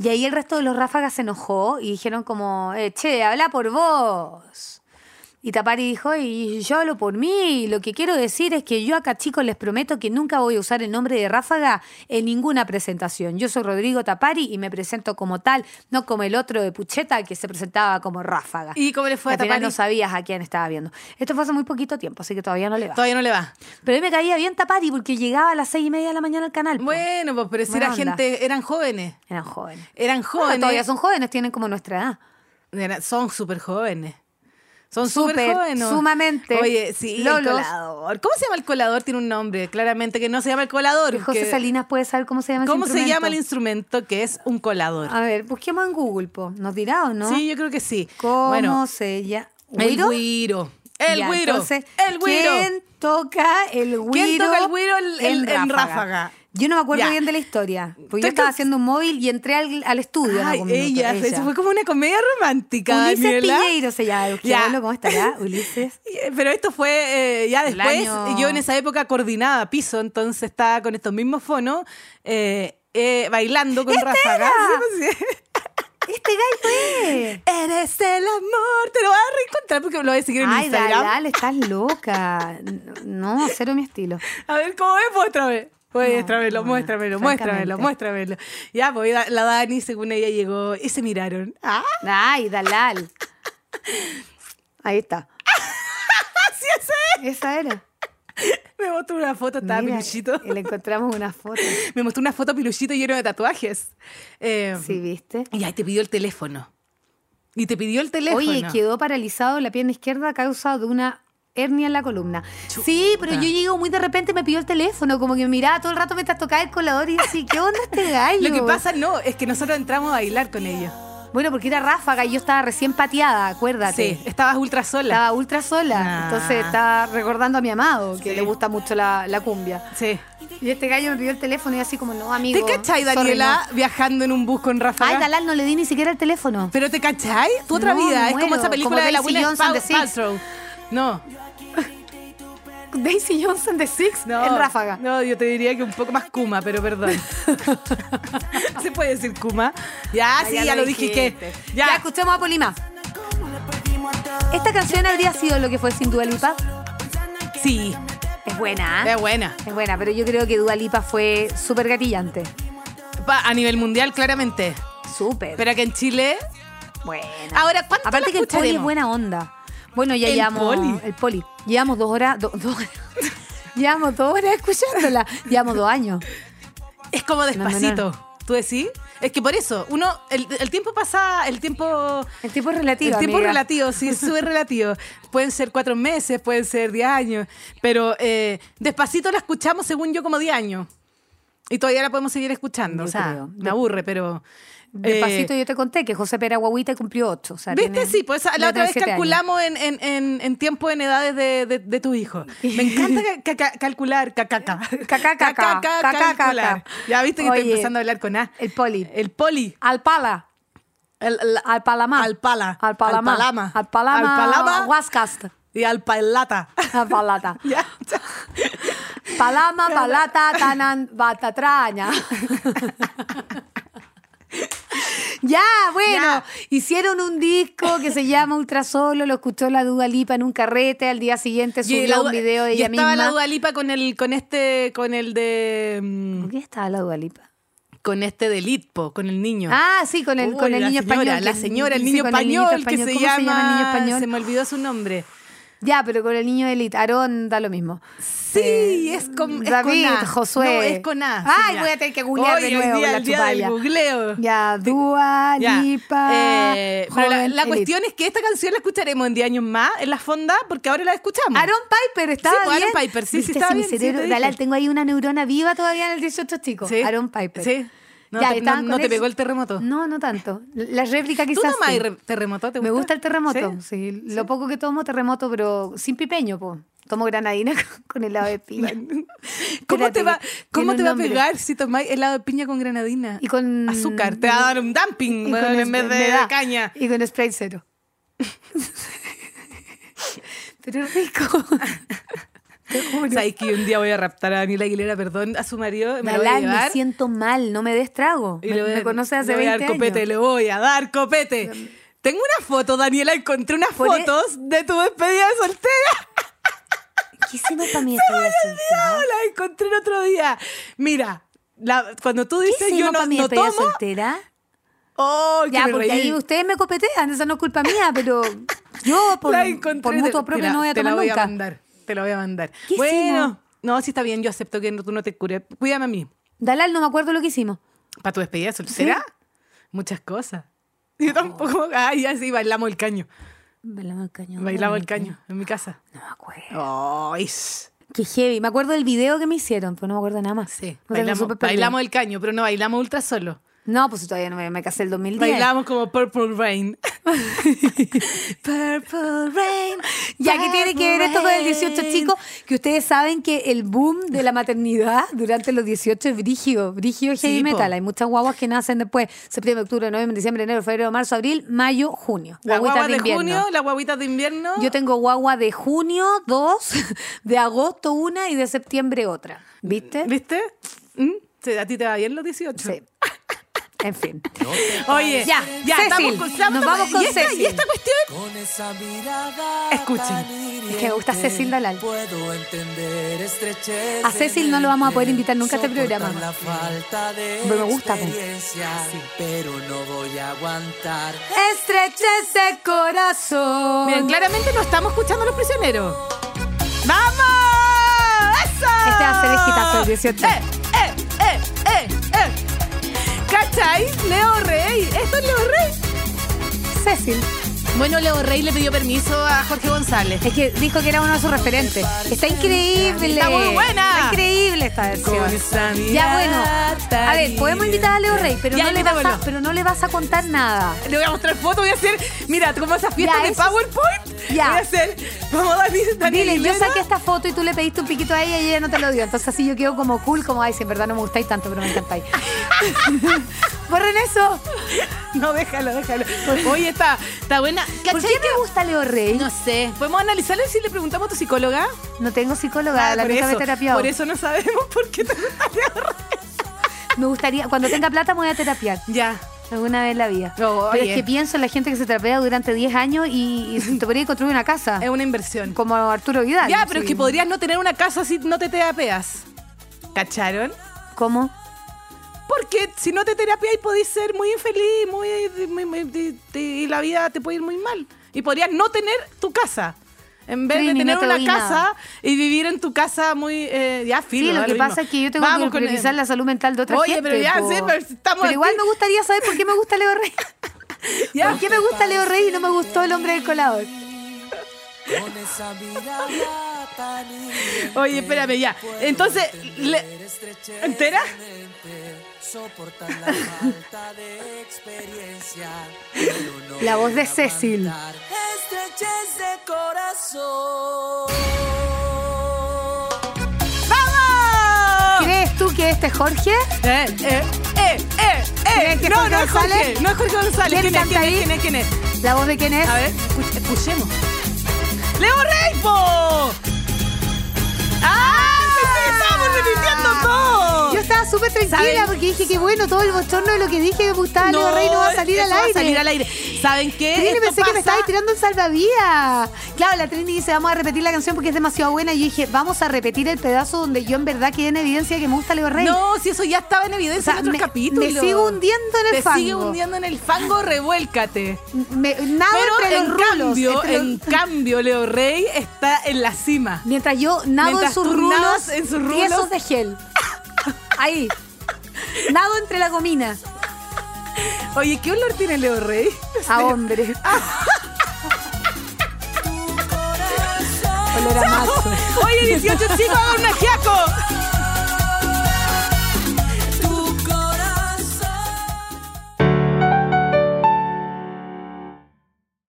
Speaker 3: Y ahí el resto de los Ráfagas se enojó y dijeron como, eh, che, habla por vos. Y Tapari dijo, y yo hablo por mí, y lo que quiero decir es que yo acá chicos les prometo que nunca voy a usar el nombre de Ráfaga en ninguna presentación. Yo soy Rodrigo Tapari y me presento como tal, no como el otro de Pucheta que se presentaba como Ráfaga.
Speaker 2: ¿Y cómo le fue a
Speaker 3: Al final
Speaker 2: Tapari?
Speaker 3: no sabías a quién estaba viendo. Esto fue hace muy poquito tiempo, así que todavía no le va.
Speaker 2: Todavía no le va.
Speaker 3: Pero a mí me caía bien Tapari porque llegaba a las seis y media de la mañana al canal. po.
Speaker 2: Bueno, pues pero si
Speaker 3: Buena
Speaker 2: era
Speaker 3: onda.
Speaker 2: gente, eran jóvenes.
Speaker 3: Eran jóvenes.
Speaker 2: Eran
Speaker 3: Bueno,
Speaker 2: jóvenes.
Speaker 3: todavía son jóvenes, tienen como nuestra edad.
Speaker 2: Era- son súper jóvenes. Son súper
Speaker 3: Súper,
Speaker 2: jóvenes.
Speaker 3: sumamente.
Speaker 2: Oye, sí, el
Speaker 3: Lolos.
Speaker 2: colador. ¿Cómo se llama el colador? Tiene un nombre, claramente, que no se llama el colador.
Speaker 3: Que José
Speaker 2: que-
Speaker 3: Salinas puede saber cómo se llama ese
Speaker 2: ¿Cómo se
Speaker 3: instrumento.
Speaker 2: llama el instrumento que es un colador?
Speaker 3: A ver, busquemos en Google, po. ¿Nos dirá o no?
Speaker 2: Sí, yo creo que sí.
Speaker 3: ¿Cómo
Speaker 2: bueno,
Speaker 3: se llama?
Speaker 2: el güiro. El
Speaker 3: Ya,
Speaker 2: güiro.
Speaker 3: entonces,
Speaker 2: el güiro.
Speaker 3: ¿Quién toca el güiro?
Speaker 2: toca el güiro en- en- en ráfaga?
Speaker 3: Yo no me acuerdo
Speaker 2: Ya.
Speaker 3: bien de la historia. Porque yo
Speaker 2: Estoy
Speaker 3: estaba
Speaker 2: con-
Speaker 3: haciendo un móvil y entré al, al estudio. en
Speaker 2: Ay,
Speaker 3: algún minuto,
Speaker 2: ella,
Speaker 3: ella.
Speaker 2: eso fue como una comedia romántica,
Speaker 3: Ulises
Speaker 2: Daniela.
Speaker 3: Piñeiro se llama. el
Speaker 2: Ya.
Speaker 3: geólogo, ¿Cómo estará, Ulises?
Speaker 2: Y, eh, Pero esto fue eh, ya
Speaker 3: El
Speaker 2: después,
Speaker 3: año-
Speaker 2: y yo en esa época coordinaba piso, entonces estaba con estos mismos fonos, eh, eh, bailando con Ráfaga. Sí, sí.
Speaker 3: Este pues. gallo es.
Speaker 2: Eres el amor, te lo vas a reencontrar porque lo voy a seguir en
Speaker 3: Ay,
Speaker 2: Instagram.
Speaker 3: Dalal, estás loca. No, cero mi estilo.
Speaker 2: A ver, ¿cómo es? Muéstrame. Muéstramelo,
Speaker 3: no,
Speaker 2: muéstramelo, muéstramelo,
Speaker 3: francamente.
Speaker 2: muéstramelo. Ya, pues da- la Dani, según ella, llegó y se miraron. Ah,
Speaker 3: Ay, Dalal. Ahí está. Esa era.
Speaker 2: Me mostró una foto, estaba
Speaker 3: Mira,
Speaker 2: piluchito.
Speaker 3: Y le encontramos una foto.
Speaker 2: Me mostró una foto piluchito lleno de tatuajes. Eh,
Speaker 3: Sí, viste.
Speaker 2: Y ahí te pidió el teléfono. Y te pidió el teléfono.
Speaker 3: Oye, quedó paralizado la pierna izquierda a causa de una hernia en la columna. Sí, pero yo llego muy de repente, me pidió el teléfono, como que me miraba todo el rato mientras tocaba el colador y así, ¿qué onda este gallo?
Speaker 2: Lo que pasa, no, es que nosotros entramos a bailar con ellos.
Speaker 3: Bueno, porque era ráfaga y yo estaba recién pateada, acuérdate.
Speaker 2: Sí, estabas ultra sola.
Speaker 3: Estaba ultra sola,
Speaker 2: Ah.
Speaker 3: entonces estaba recordando a mi amado, que
Speaker 2: Sí.
Speaker 3: le gusta mucho la, la cumbia.
Speaker 2: Sí.
Speaker 3: Y este gallo me pidió el teléfono y así como, no, amigo.
Speaker 2: ¿Te cachai,
Speaker 3: sorry,
Speaker 2: Daniela, viajando en un bus con
Speaker 3: no". Ay,
Speaker 2: Rafael?
Speaker 3: Dalal, no le di ni siquiera el teléfono.
Speaker 2: Pero te cachai, tu otra
Speaker 3: No,
Speaker 2: vida.
Speaker 3: me
Speaker 2: Es como
Speaker 3: muero,
Speaker 2: esa película
Speaker 3: como
Speaker 2: de la
Speaker 3: Daisy
Speaker 2: Winnie
Speaker 3: Jones and the Six.
Speaker 2: Paltrow. No,
Speaker 3: Daisy Johnson de Six,
Speaker 2: no.
Speaker 3: en ráfaga.
Speaker 2: No, yo te diría que un poco más Kuma, pero perdón. ¿Se puede decir Kuma?
Speaker 3: Ah,
Speaker 2: Ya, Ah, sí, ya, lo dije que.
Speaker 3: Ya.
Speaker 2: Ya.
Speaker 3: escuchemos a Polima. Esta canción habría sido lo que fue sin Dua Lipa.
Speaker 2: sí,
Speaker 3: Es buena, ¿ah?
Speaker 2: es buena.
Speaker 3: Es buena, pero yo creo que Dua Lipa fue súper gatillante.
Speaker 2: Pa- a nivel mundial, claramente.
Speaker 3: Súper.
Speaker 2: Pero que en Chile.
Speaker 3: Buena.
Speaker 2: Ahora, ¿cuánto
Speaker 3: Aparte
Speaker 2: la
Speaker 3: que el poli es
Speaker 2: escucharemos?
Speaker 3: buena onda. Bueno, ya
Speaker 2: El
Speaker 3: llevamos.
Speaker 2: Poli.
Speaker 3: El poli. Llevamos dos horas. do- dos horas. llevamos dos horas escuchándola. Llevamos dos años.
Speaker 2: Es como despacito.
Speaker 3: No,
Speaker 2: ¿Tú decís? Es que por eso, uno, el, el tiempo pasa, el tiempo.
Speaker 3: El tiempo es relativo.
Speaker 2: el tiempo es
Speaker 3: amiga.
Speaker 2: relativo, sí, es súper relativo. Pueden ser cuatro meses, pueden ser diez años. Pero eh, despacito la escuchamos, según yo, como diez años. Y todavía la podemos seguir escuchando.
Speaker 3: Yo
Speaker 2: o sea,
Speaker 3: creo.
Speaker 2: me aburre, pero.
Speaker 3: Despacito,
Speaker 2: eh,
Speaker 3: yo te conté que José Pera Guaguita cumplió ocho. o sea,
Speaker 2: ¿Viste?
Speaker 3: tiene-
Speaker 2: Sí, pues
Speaker 3: va
Speaker 2: la
Speaker 3: a
Speaker 2: otra
Speaker 3: tener
Speaker 2: vez
Speaker 3: siete años.
Speaker 2: calculamos en, en, en, en tiempo, en edades de, de, de tu hijo. Me encanta ca- ca- ca- calcular, cacaca.
Speaker 3: Caca, caca, caca, caca.
Speaker 2: calcular. Ya viste que
Speaker 3: Oye,
Speaker 2: estoy empezando a hablar con A.
Speaker 3: el poli.
Speaker 2: El poli.
Speaker 3: Al pala.
Speaker 2: El- el-
Speaker 3: Al palamá.
Speaker 2: Al pala.
Speaker 3: Al palamá.
Speaker 2: Al palama.
Speaker 3: Al palama.
Speaker 2: Al palama.
Speaker 3: Huascast.
Speaker 2: Y al palata.
Speaker 3: Al palata.
Speaker 2: Ya, ya.
Speaker 3: Palama, palata, tanan, batatraña. Ya, bueno,
Speaker 2: Ya.
Speaker 3: hicieron un disco que se llama Ultra Solo, lo escuchó la Duda Lipa en un carrete, al día siguiente subió
Speaker 2: la
Speaker 3: un
Speaker 2: Dua-
Speaker 3: video de
Speaker 2: y
Speaker 3: ella
Speaker 2: estaba
Speaker 3: misma.
Speaker 2: la Dualipa con el con este con el de mm,
Speaker 3: ¿Con quién estaba la Dua Lipa?
Speaker 2: con este del Litpo, con el niño.
Speaker 3: Ah, sí, con el,
Speaker 2: Uy,
Speaker 3: con el
Speaker 2: la
Speaker 3: niño
Speaker 2: señora,
Speaker 3: español.
Speaker 2: La
Speaker 3: que-
Speaker 2: señora, el
Speaker 3: sí,
Speaker 2: niño
Speaker 3: con el niño
Speaker 2: español, que se
Speaker 3: español. ¿Cómo
Speaker 2: llama,
Speaker 3: se llama el niño español?
Speaker 2: Se me olvidó su nombre.
Speaker 3: Ya, pero con el niño de Elite, Aarón da lo mismo.
Speaker 2: Sí, es con es
Speaker 3: Eh, David,
Speaker 2: con A.
Speaker 3: Josué.
Speaker 2: No, es con A. sí,
Speaker 3: Ay,
Speaker 2: ya.
Speaker 3: voy a tener que googlear
Speaker 2: Hoy,
Speaker 3: de
Speaker 2: el
Speaker 3: nuevo
Speaker 2: día-
Speaker 3: la
Speaker 2: el día
Speaker 3: chupalla.
Speaker 2: del googleo.
Speaker 3: Ya, Dua
Speaker 2: Ya.
Speaker 3: Lipa.
Speaker 2: Eh, pero la,
Speaker 3: joven
Speaker 2: la
Speaker 3: Elite.
Speaker 2: cuestión es que esta canción la escucharemos en 10 años más en la fonda porque ahora la escuchamos.
Speaker 3: Aaron Piper, estaba
Speaker 2: Sí, pues,
Speaker 3: bien.
Speaker 2: Aaron Piper, sí, sí,
Speaker 3: Viste,
Speaker 2: estaba
Speaker 3: si mi
Speaker 2: bien, sí,
Speaker 3: cerebro-
Speaker 2: te dije.
Speaker 3: Dalal, tengo ahí una neurona viva todavía en el 18 chico.
Speaker 2: Sí.
Speaker 3: Aaron Piper.
Speaker 2: Sí. No
Speaker 3: Ya,
Speaker 2: te-
Speaker 3: estaban
Speaker 2: no- no
Speaker 3: con
Speaker 2: te
Speaker 3: eso.
Speaker 2: pegó el terremoto.
Speaker 3: No, no tanto. La réplica
Speaker 2: ¿Tú
Speaker 3: quizás
Speaker 2: tomas
Speaker 3: sí.
Speaker 2: re- terremoto? ¿Te gusta?
Speaker 3: Me gusta el terremoto,
Speaker 2: ¿Sí?
Speaker 3: sí. Lo poco que tomo terremoto, pero sin pipeño, po. Tomo granadina con- con helado de piña.
Speaker 2: ¿Cómo
Speaker 3: Espérate,
Speaker 2: te va,
Speaker 3: tiene
Speaker 2: cómo
Speaker 3: un
Speaker 2: te va a
Speaker 3: nombre.
Speaker 2: pegar si tomáis helado de piña con granadina?
Speaker 3: Y con-
Speaker 2: azúcar. Te va a dar un dumping
Speaker 3: Y
Speaker 2: weón,
Speaker 3: con
Speaker 2: en vez de,
Speaker 3: enfermedad.
Speaker 2: caña.
Speaker 3: Y con spray cero. pero es rico. Te juro.
Speaker 2: Sabes que un día voy a raptar a Daniela Aguilera, perdón, a su marido. Me lo voy a
Speaker 3: Dalal, me
Speaker 2: llevar.
Speaker 3: siento mal, no me des trago.
Speaker 2: y
Speaker 3: me,
Speaker 2: le voy a-
Speaker 3: me conoces hace
Speaker 2: le voy a dar
Speaker 3: 20
Speaker 2: copete,
Speaker 3: años. Em,
Speaker 2: le voy a dar copete. Tengo una foto, Daniela, encontré unas
Speaker 3: Por e-
Speaker 2: fotos de tu despedida de soltera.
Speaker 3: ¿Qué hicimos para mi despedida soltera?
Speaker 2: No, las encontré el otro día. Mira, la- cuando tú
Speaker 3: ¿Qué
Speaker 2: dices
Speaker 3: hicimos
Speaker 2: yo
Speaker 3: para
Speaker 2: no,
Speaker 3: mi
Speaker 2: no
Speaker 3: despedida
Speaker 2: tomo,
Speaker 3: soltera?
Speaker 2: oh, que
Speaker 3: Ya,
Speaker 2: me
Speaker 3: porque
Speaker 2: reí.
Speaker 3: ahí ustedes me copetean, esa no es culpa mía, pero yo por,
Speaker 2: La encontré,
Speaker 3: por
Speaker 2: te-
Speaker 3: mutuo
Speaker 2: te
Speaker 3: propio
Speaker 2: la-
Speaker 3: no voy a
Speaker 2: Te la
Speaker 3: tomar
Speaker 2: voy a
Speaker 3: nunca.
Speaker 2: mandar, te la voy a mandar.
Speaker 3: ¿Qué hicimos?
Speaker 2: Bueno, no, sí está bien, yo acepto que no- tú no te cures. Cuídame a mí.
Speaker 3: Dalal, no me acuerdo lo que hicimos.
Speaker 2: ¿Para tu despedida de soltera? Muchas cosas.
Speaker 3: Oh.
Speaker 2: Yo tampoco. Ay, así bailamos el caño.
Speaker 3: Bailamos el caño.
Speaker 2: Bailamos el caño en mi casa.
Speaker 3: No me acuerdo.
Speaker 2: Ay, s-
Speaker 3: Qué heavy. Me acuerdo del video que me hicieron, pero no me acuerdo nada más.
Speaker 2: sí.
Speaker 3: Lo tengo
Speaker 2: Bailamos,
Speaker 3: súper perdido.
Speaker 2: bailamos el caño, pero no bailamos ultra solo.
Speaker 3: No, pues todavía no me, me casé el 2010.
Speaker 2: Bailamos como Purple Rain.
Speaker 3: Purple Rain. Ya que tiene que ver esto con el 18,
Speaker 2: Rain.
Speaker 3: chicos, que ustedes saben que el boom de la maternidad durante los 18 es brígido, brígido heavy
Speaker 2: Sí, po.
Speaker 3: metal. Hay muchas guaguas que nacen después, septiembre, octubre, noviembre, diciembre, enero, febrero, marzo, abril, mayo, junio.
Speaker 2: La
Speaker 3: Guaguitas
Speaker 2: guagua
Speaker 3: de
Speaker 2: de,
Speaker 3: invierno.
Speaker 2: junio, la guaguita de invierno.
Speaker 3: Yo tengo guagua de junio dos, de agosto una y de septiembre otra. ¿Viste?
Speaker 2: ¿Viste? ¿Mm? Sí, A ti te va bien los 18.
Speaker 3: Sí. En fin.
Speaker 2: Oye,
Speaker 3: Ya,
Speaker 2: ya
Speaker 3: Cecil,
Speaker 2: estamos con- estamos-
Speaker 3: nos vamos con
Speaker 2: y esta,
Speaker 3: Cecil.
Speaker 2: y esta cuestión,
Speaker 4: Con esa mirada.
Speaker 2: Escuchen.
Speaker 3: Es
Speaker 4: tan
Speaker 3: que me gusta
Speaker 4: hiriente,
Speaker 3: Cecil Dalal.
Speaker 4: Puedo entender estrechez
Speaker 3: A Cecil no lo vamos a poder invitar nunca a este
Speaker 4: soportar
Speaker 3: programa.
Speaker 4: la falta de
Speaker 3: Pero me gusta, pues.
Speaker 4: experiencia, Pero no voy a aguantar.
Speaker 3: Estrecha ese corazón.
Speaker 2: miren, claramente no estamos escuchando a los prisioneros. ¡Vamos! ¡Eso!
Speaker 3: Este va a ser el hitazo del 18.
Speaker 2: ¡Eh, eh, eh, eh, eh! ¿Cachai? Leo Rey. Esto es Leo Rey.
Speaker 3: Cecil.
Speaker 2: Bueno, Leo Rey le pidió permiso a Jorge González.
Speaker 3: Es que dijo que era uno de sus referentes. Está increíble.
Speaker 2: Está muy buena.
Speaker 3: Está increíble esta versión. Ya bueno. A ver, podemos invitar a Leo Rey, pero,
Speaker 2: Ya,
Speaker 3: no le, vas a,
Speaker 2: invitémoslo.
Speaker 3: pero no le vas a contar nada.
Speaker 2: Le voy a mostrar fotos, voy a hacer, mira, como esas fiestas
Speaker 3: Ya,
Speaker 2: de
Speaker 3: eso-
Speaker 2: PowerPoint.
Speaker 3: Ya.
Speaker 2: Voy a hacer, vamos a dar
Speaker 3: Dile, yo saqué esta foto y tú le pediste un piquito a ella y ella no te lo dio. Entonces así yo quedo como cool, como, ay, si en verdad no me gustáis tanto, pero me encantáis. Borren eso.
Speaker 2: No, déjalo, déjalo. Oye, está, está buena.
Speaker 3: ¿Por qué
Speaker 2: ¿Cachai que-
Speaker 3: te gusta Leo Rey?
Speaker 2: No sé. ¿Podemos analizarlo y si le preguntamos a tu psicóloga?
Speaker 3: No tengo psicóloga,
Speaker 2: Ah,
Speaker 3: la
Speaker 2: por,
Speaker 3: neta me he
Speaker 2: eso,
Speaker 3: terapiado.
Speaker 2: por eso no sabemos por qué te gusta Leo Rey.
Speaker 3: Me gustaría, cuando tenga plata me voy a terapiar.
Speaker 2: Ya.
Speaker 3: Alguna vez en la vida.
Speaker 2: No,
Speaker 3: Pero
Speaker 2: oye.
Speaker 3: es que pienso en la gente que se terapea durante 10 años y, y se te podría construir una casa.
Speaker 2: Es una inversión.
Speaker 3: Como Arturo Vidal.
Speaker 2: ya,
Speaker 3: no
Speaker 2: pero
Speaker 3: sé.
Speaker 2: es que podrías no tener una casa si no te terapeas. ¿Cacharon?
Speaker 3: ¿Cómo?
Speaker 2: Porque si no te terapeas podés ser muy infeliz muy, muy- muy- de- de- y la vida te puede ir muy mal. Y podrías no tener tu casa. En vez
Speaker 3: Trini,
Speaker 2: de tener
Speaker 3: no te
Speaker 2: una
Speaker 3: doy
Speaker 2: casa
Speaker 3: nada.
Speaker 2: y vivir en tu casa muy... eh, ya, filo,
Speaker 3: Sí,
Speaker 2: da
Speaker 3: lo que pasa
Speaker 2: mismo.
Speaker 3: es que yo tengo
Speaker 2: Vamos
Speaker 3: que
Speaker 2: con-
Speaker 3: priorizar la salud mental de otra
Speaker 2: Oye,
Speaker 3: gente.
Speaker 2: pero ya,
Speaker 3: po.
Speaker 2: sí, pero estamos
Speaker 3: Pero igual
Speaker 2: aquí.
Speaker 3: me gustaría saber por qué me gusta Leo Rey.
Speaker 2: Ya.
Speaker 3: ¿Por qué me gusta Leo Rey y no me gustó el hombre del colador?
Speaker 4: Con esa mirada tan hiriente,
Speaker 2: Oye, espérame, ya. Entonces, le-
Speaker 4: estrechez
Speaker 2: ¿entera?
Speaker 4: de mente, Soportar la falta de experiencia. pero no
Speaker 3: La voz de
Speaker 4: aguantar
Speaker 3: Cecil.
Speaker 4: Estrechez de corazón.
Speaker 2: ¡Vamos!
Speaker 3: ¿Crees tú que este Jorge?
Speaker 2: Eh, eh, eh, eh, eh.
Speaker 3: ¿Crees que
Speaker 2: No,
Speaker 3: Jorge
Speaker 2: no es Jorge.
Speaker 3: González?
Speaker 2: No es Jorge González.
Speaker 3: ¿Quién
Speaker 2: ¿Quién es?
Speaker 3: canta
Speaker 2: ¿Quién es?
Speaker 3: ahí?
Speaker 2: ¿Quién es? ¿Quién es?
Speaker 3: ¿La voz de quién es?
Speaker 2: A ver, escuch- escuchemos. ¡Leo Rey, po! ¡Ah! ¡Estamos repitiendo todo!
Speaker 3: Yo estaba súper tranquila
Speaker 2: ¿Saben?
Speaker 3: porque dije que bueno, todo el bochorno de lo que dije que me gustaba Leo Rey no va a salir
Speaker 2: eso
Speaker 3: al
Speaker 2: va a
Speaker 3: aire.
Speaker 2: salir al aire. ¿Saben qué?
Speaker 3: Trini,
Speaker 2: Esto
Speaker 3: pensé que me
Speaker 2: Eh, pasa-
Speaker 3: estabas tirando el salvavidas. Claro, la Trini dice, vamos a repetir la canción porque es demasiado buena. Y yo dije, vamos a repetir el pedazo donde yo en verdad quedé en evidencia que me gusta Leo Rey.
Speaker 2: No, si eso ya estaba en evidencia
Speaker 3: O sea,
Speaker 2: en otro
Speaker 3: me-
Speaker 2: capítulo.
Speaker 3: me sigo hundiendo en el
Speaker 2: Te sigue
Speaker 3: fango.
Speaker 2: hundiendo en el fango, revuélcate.
Speaker 3: Me- nada
Speaker 2: Pero
Speaker 3: entre
Speaker 2: en
Speaker 3: los
Speaker 2: cambio,
Speaker 3: rulos. entre los-
Speaker 2: en cambio, Leo Rey está en la cima.
Speaker 3: Mientras yo nado
Speaker 2: Mientras
Speaker 3: en sus
Speaker 2: tú nadas
Speaker 3: rulos,
Speaker 2: en sus rulos.
Speaker 3: tiesos de gel. Ahí. Nado entre la gomina.
Speaker 2: Oye, ¿qué olor tiene Leo Rey?
Speaker 3: A hombre. Olor a macho.
Speaker 2: Oye, 18 chicos, hagan un ajiaco.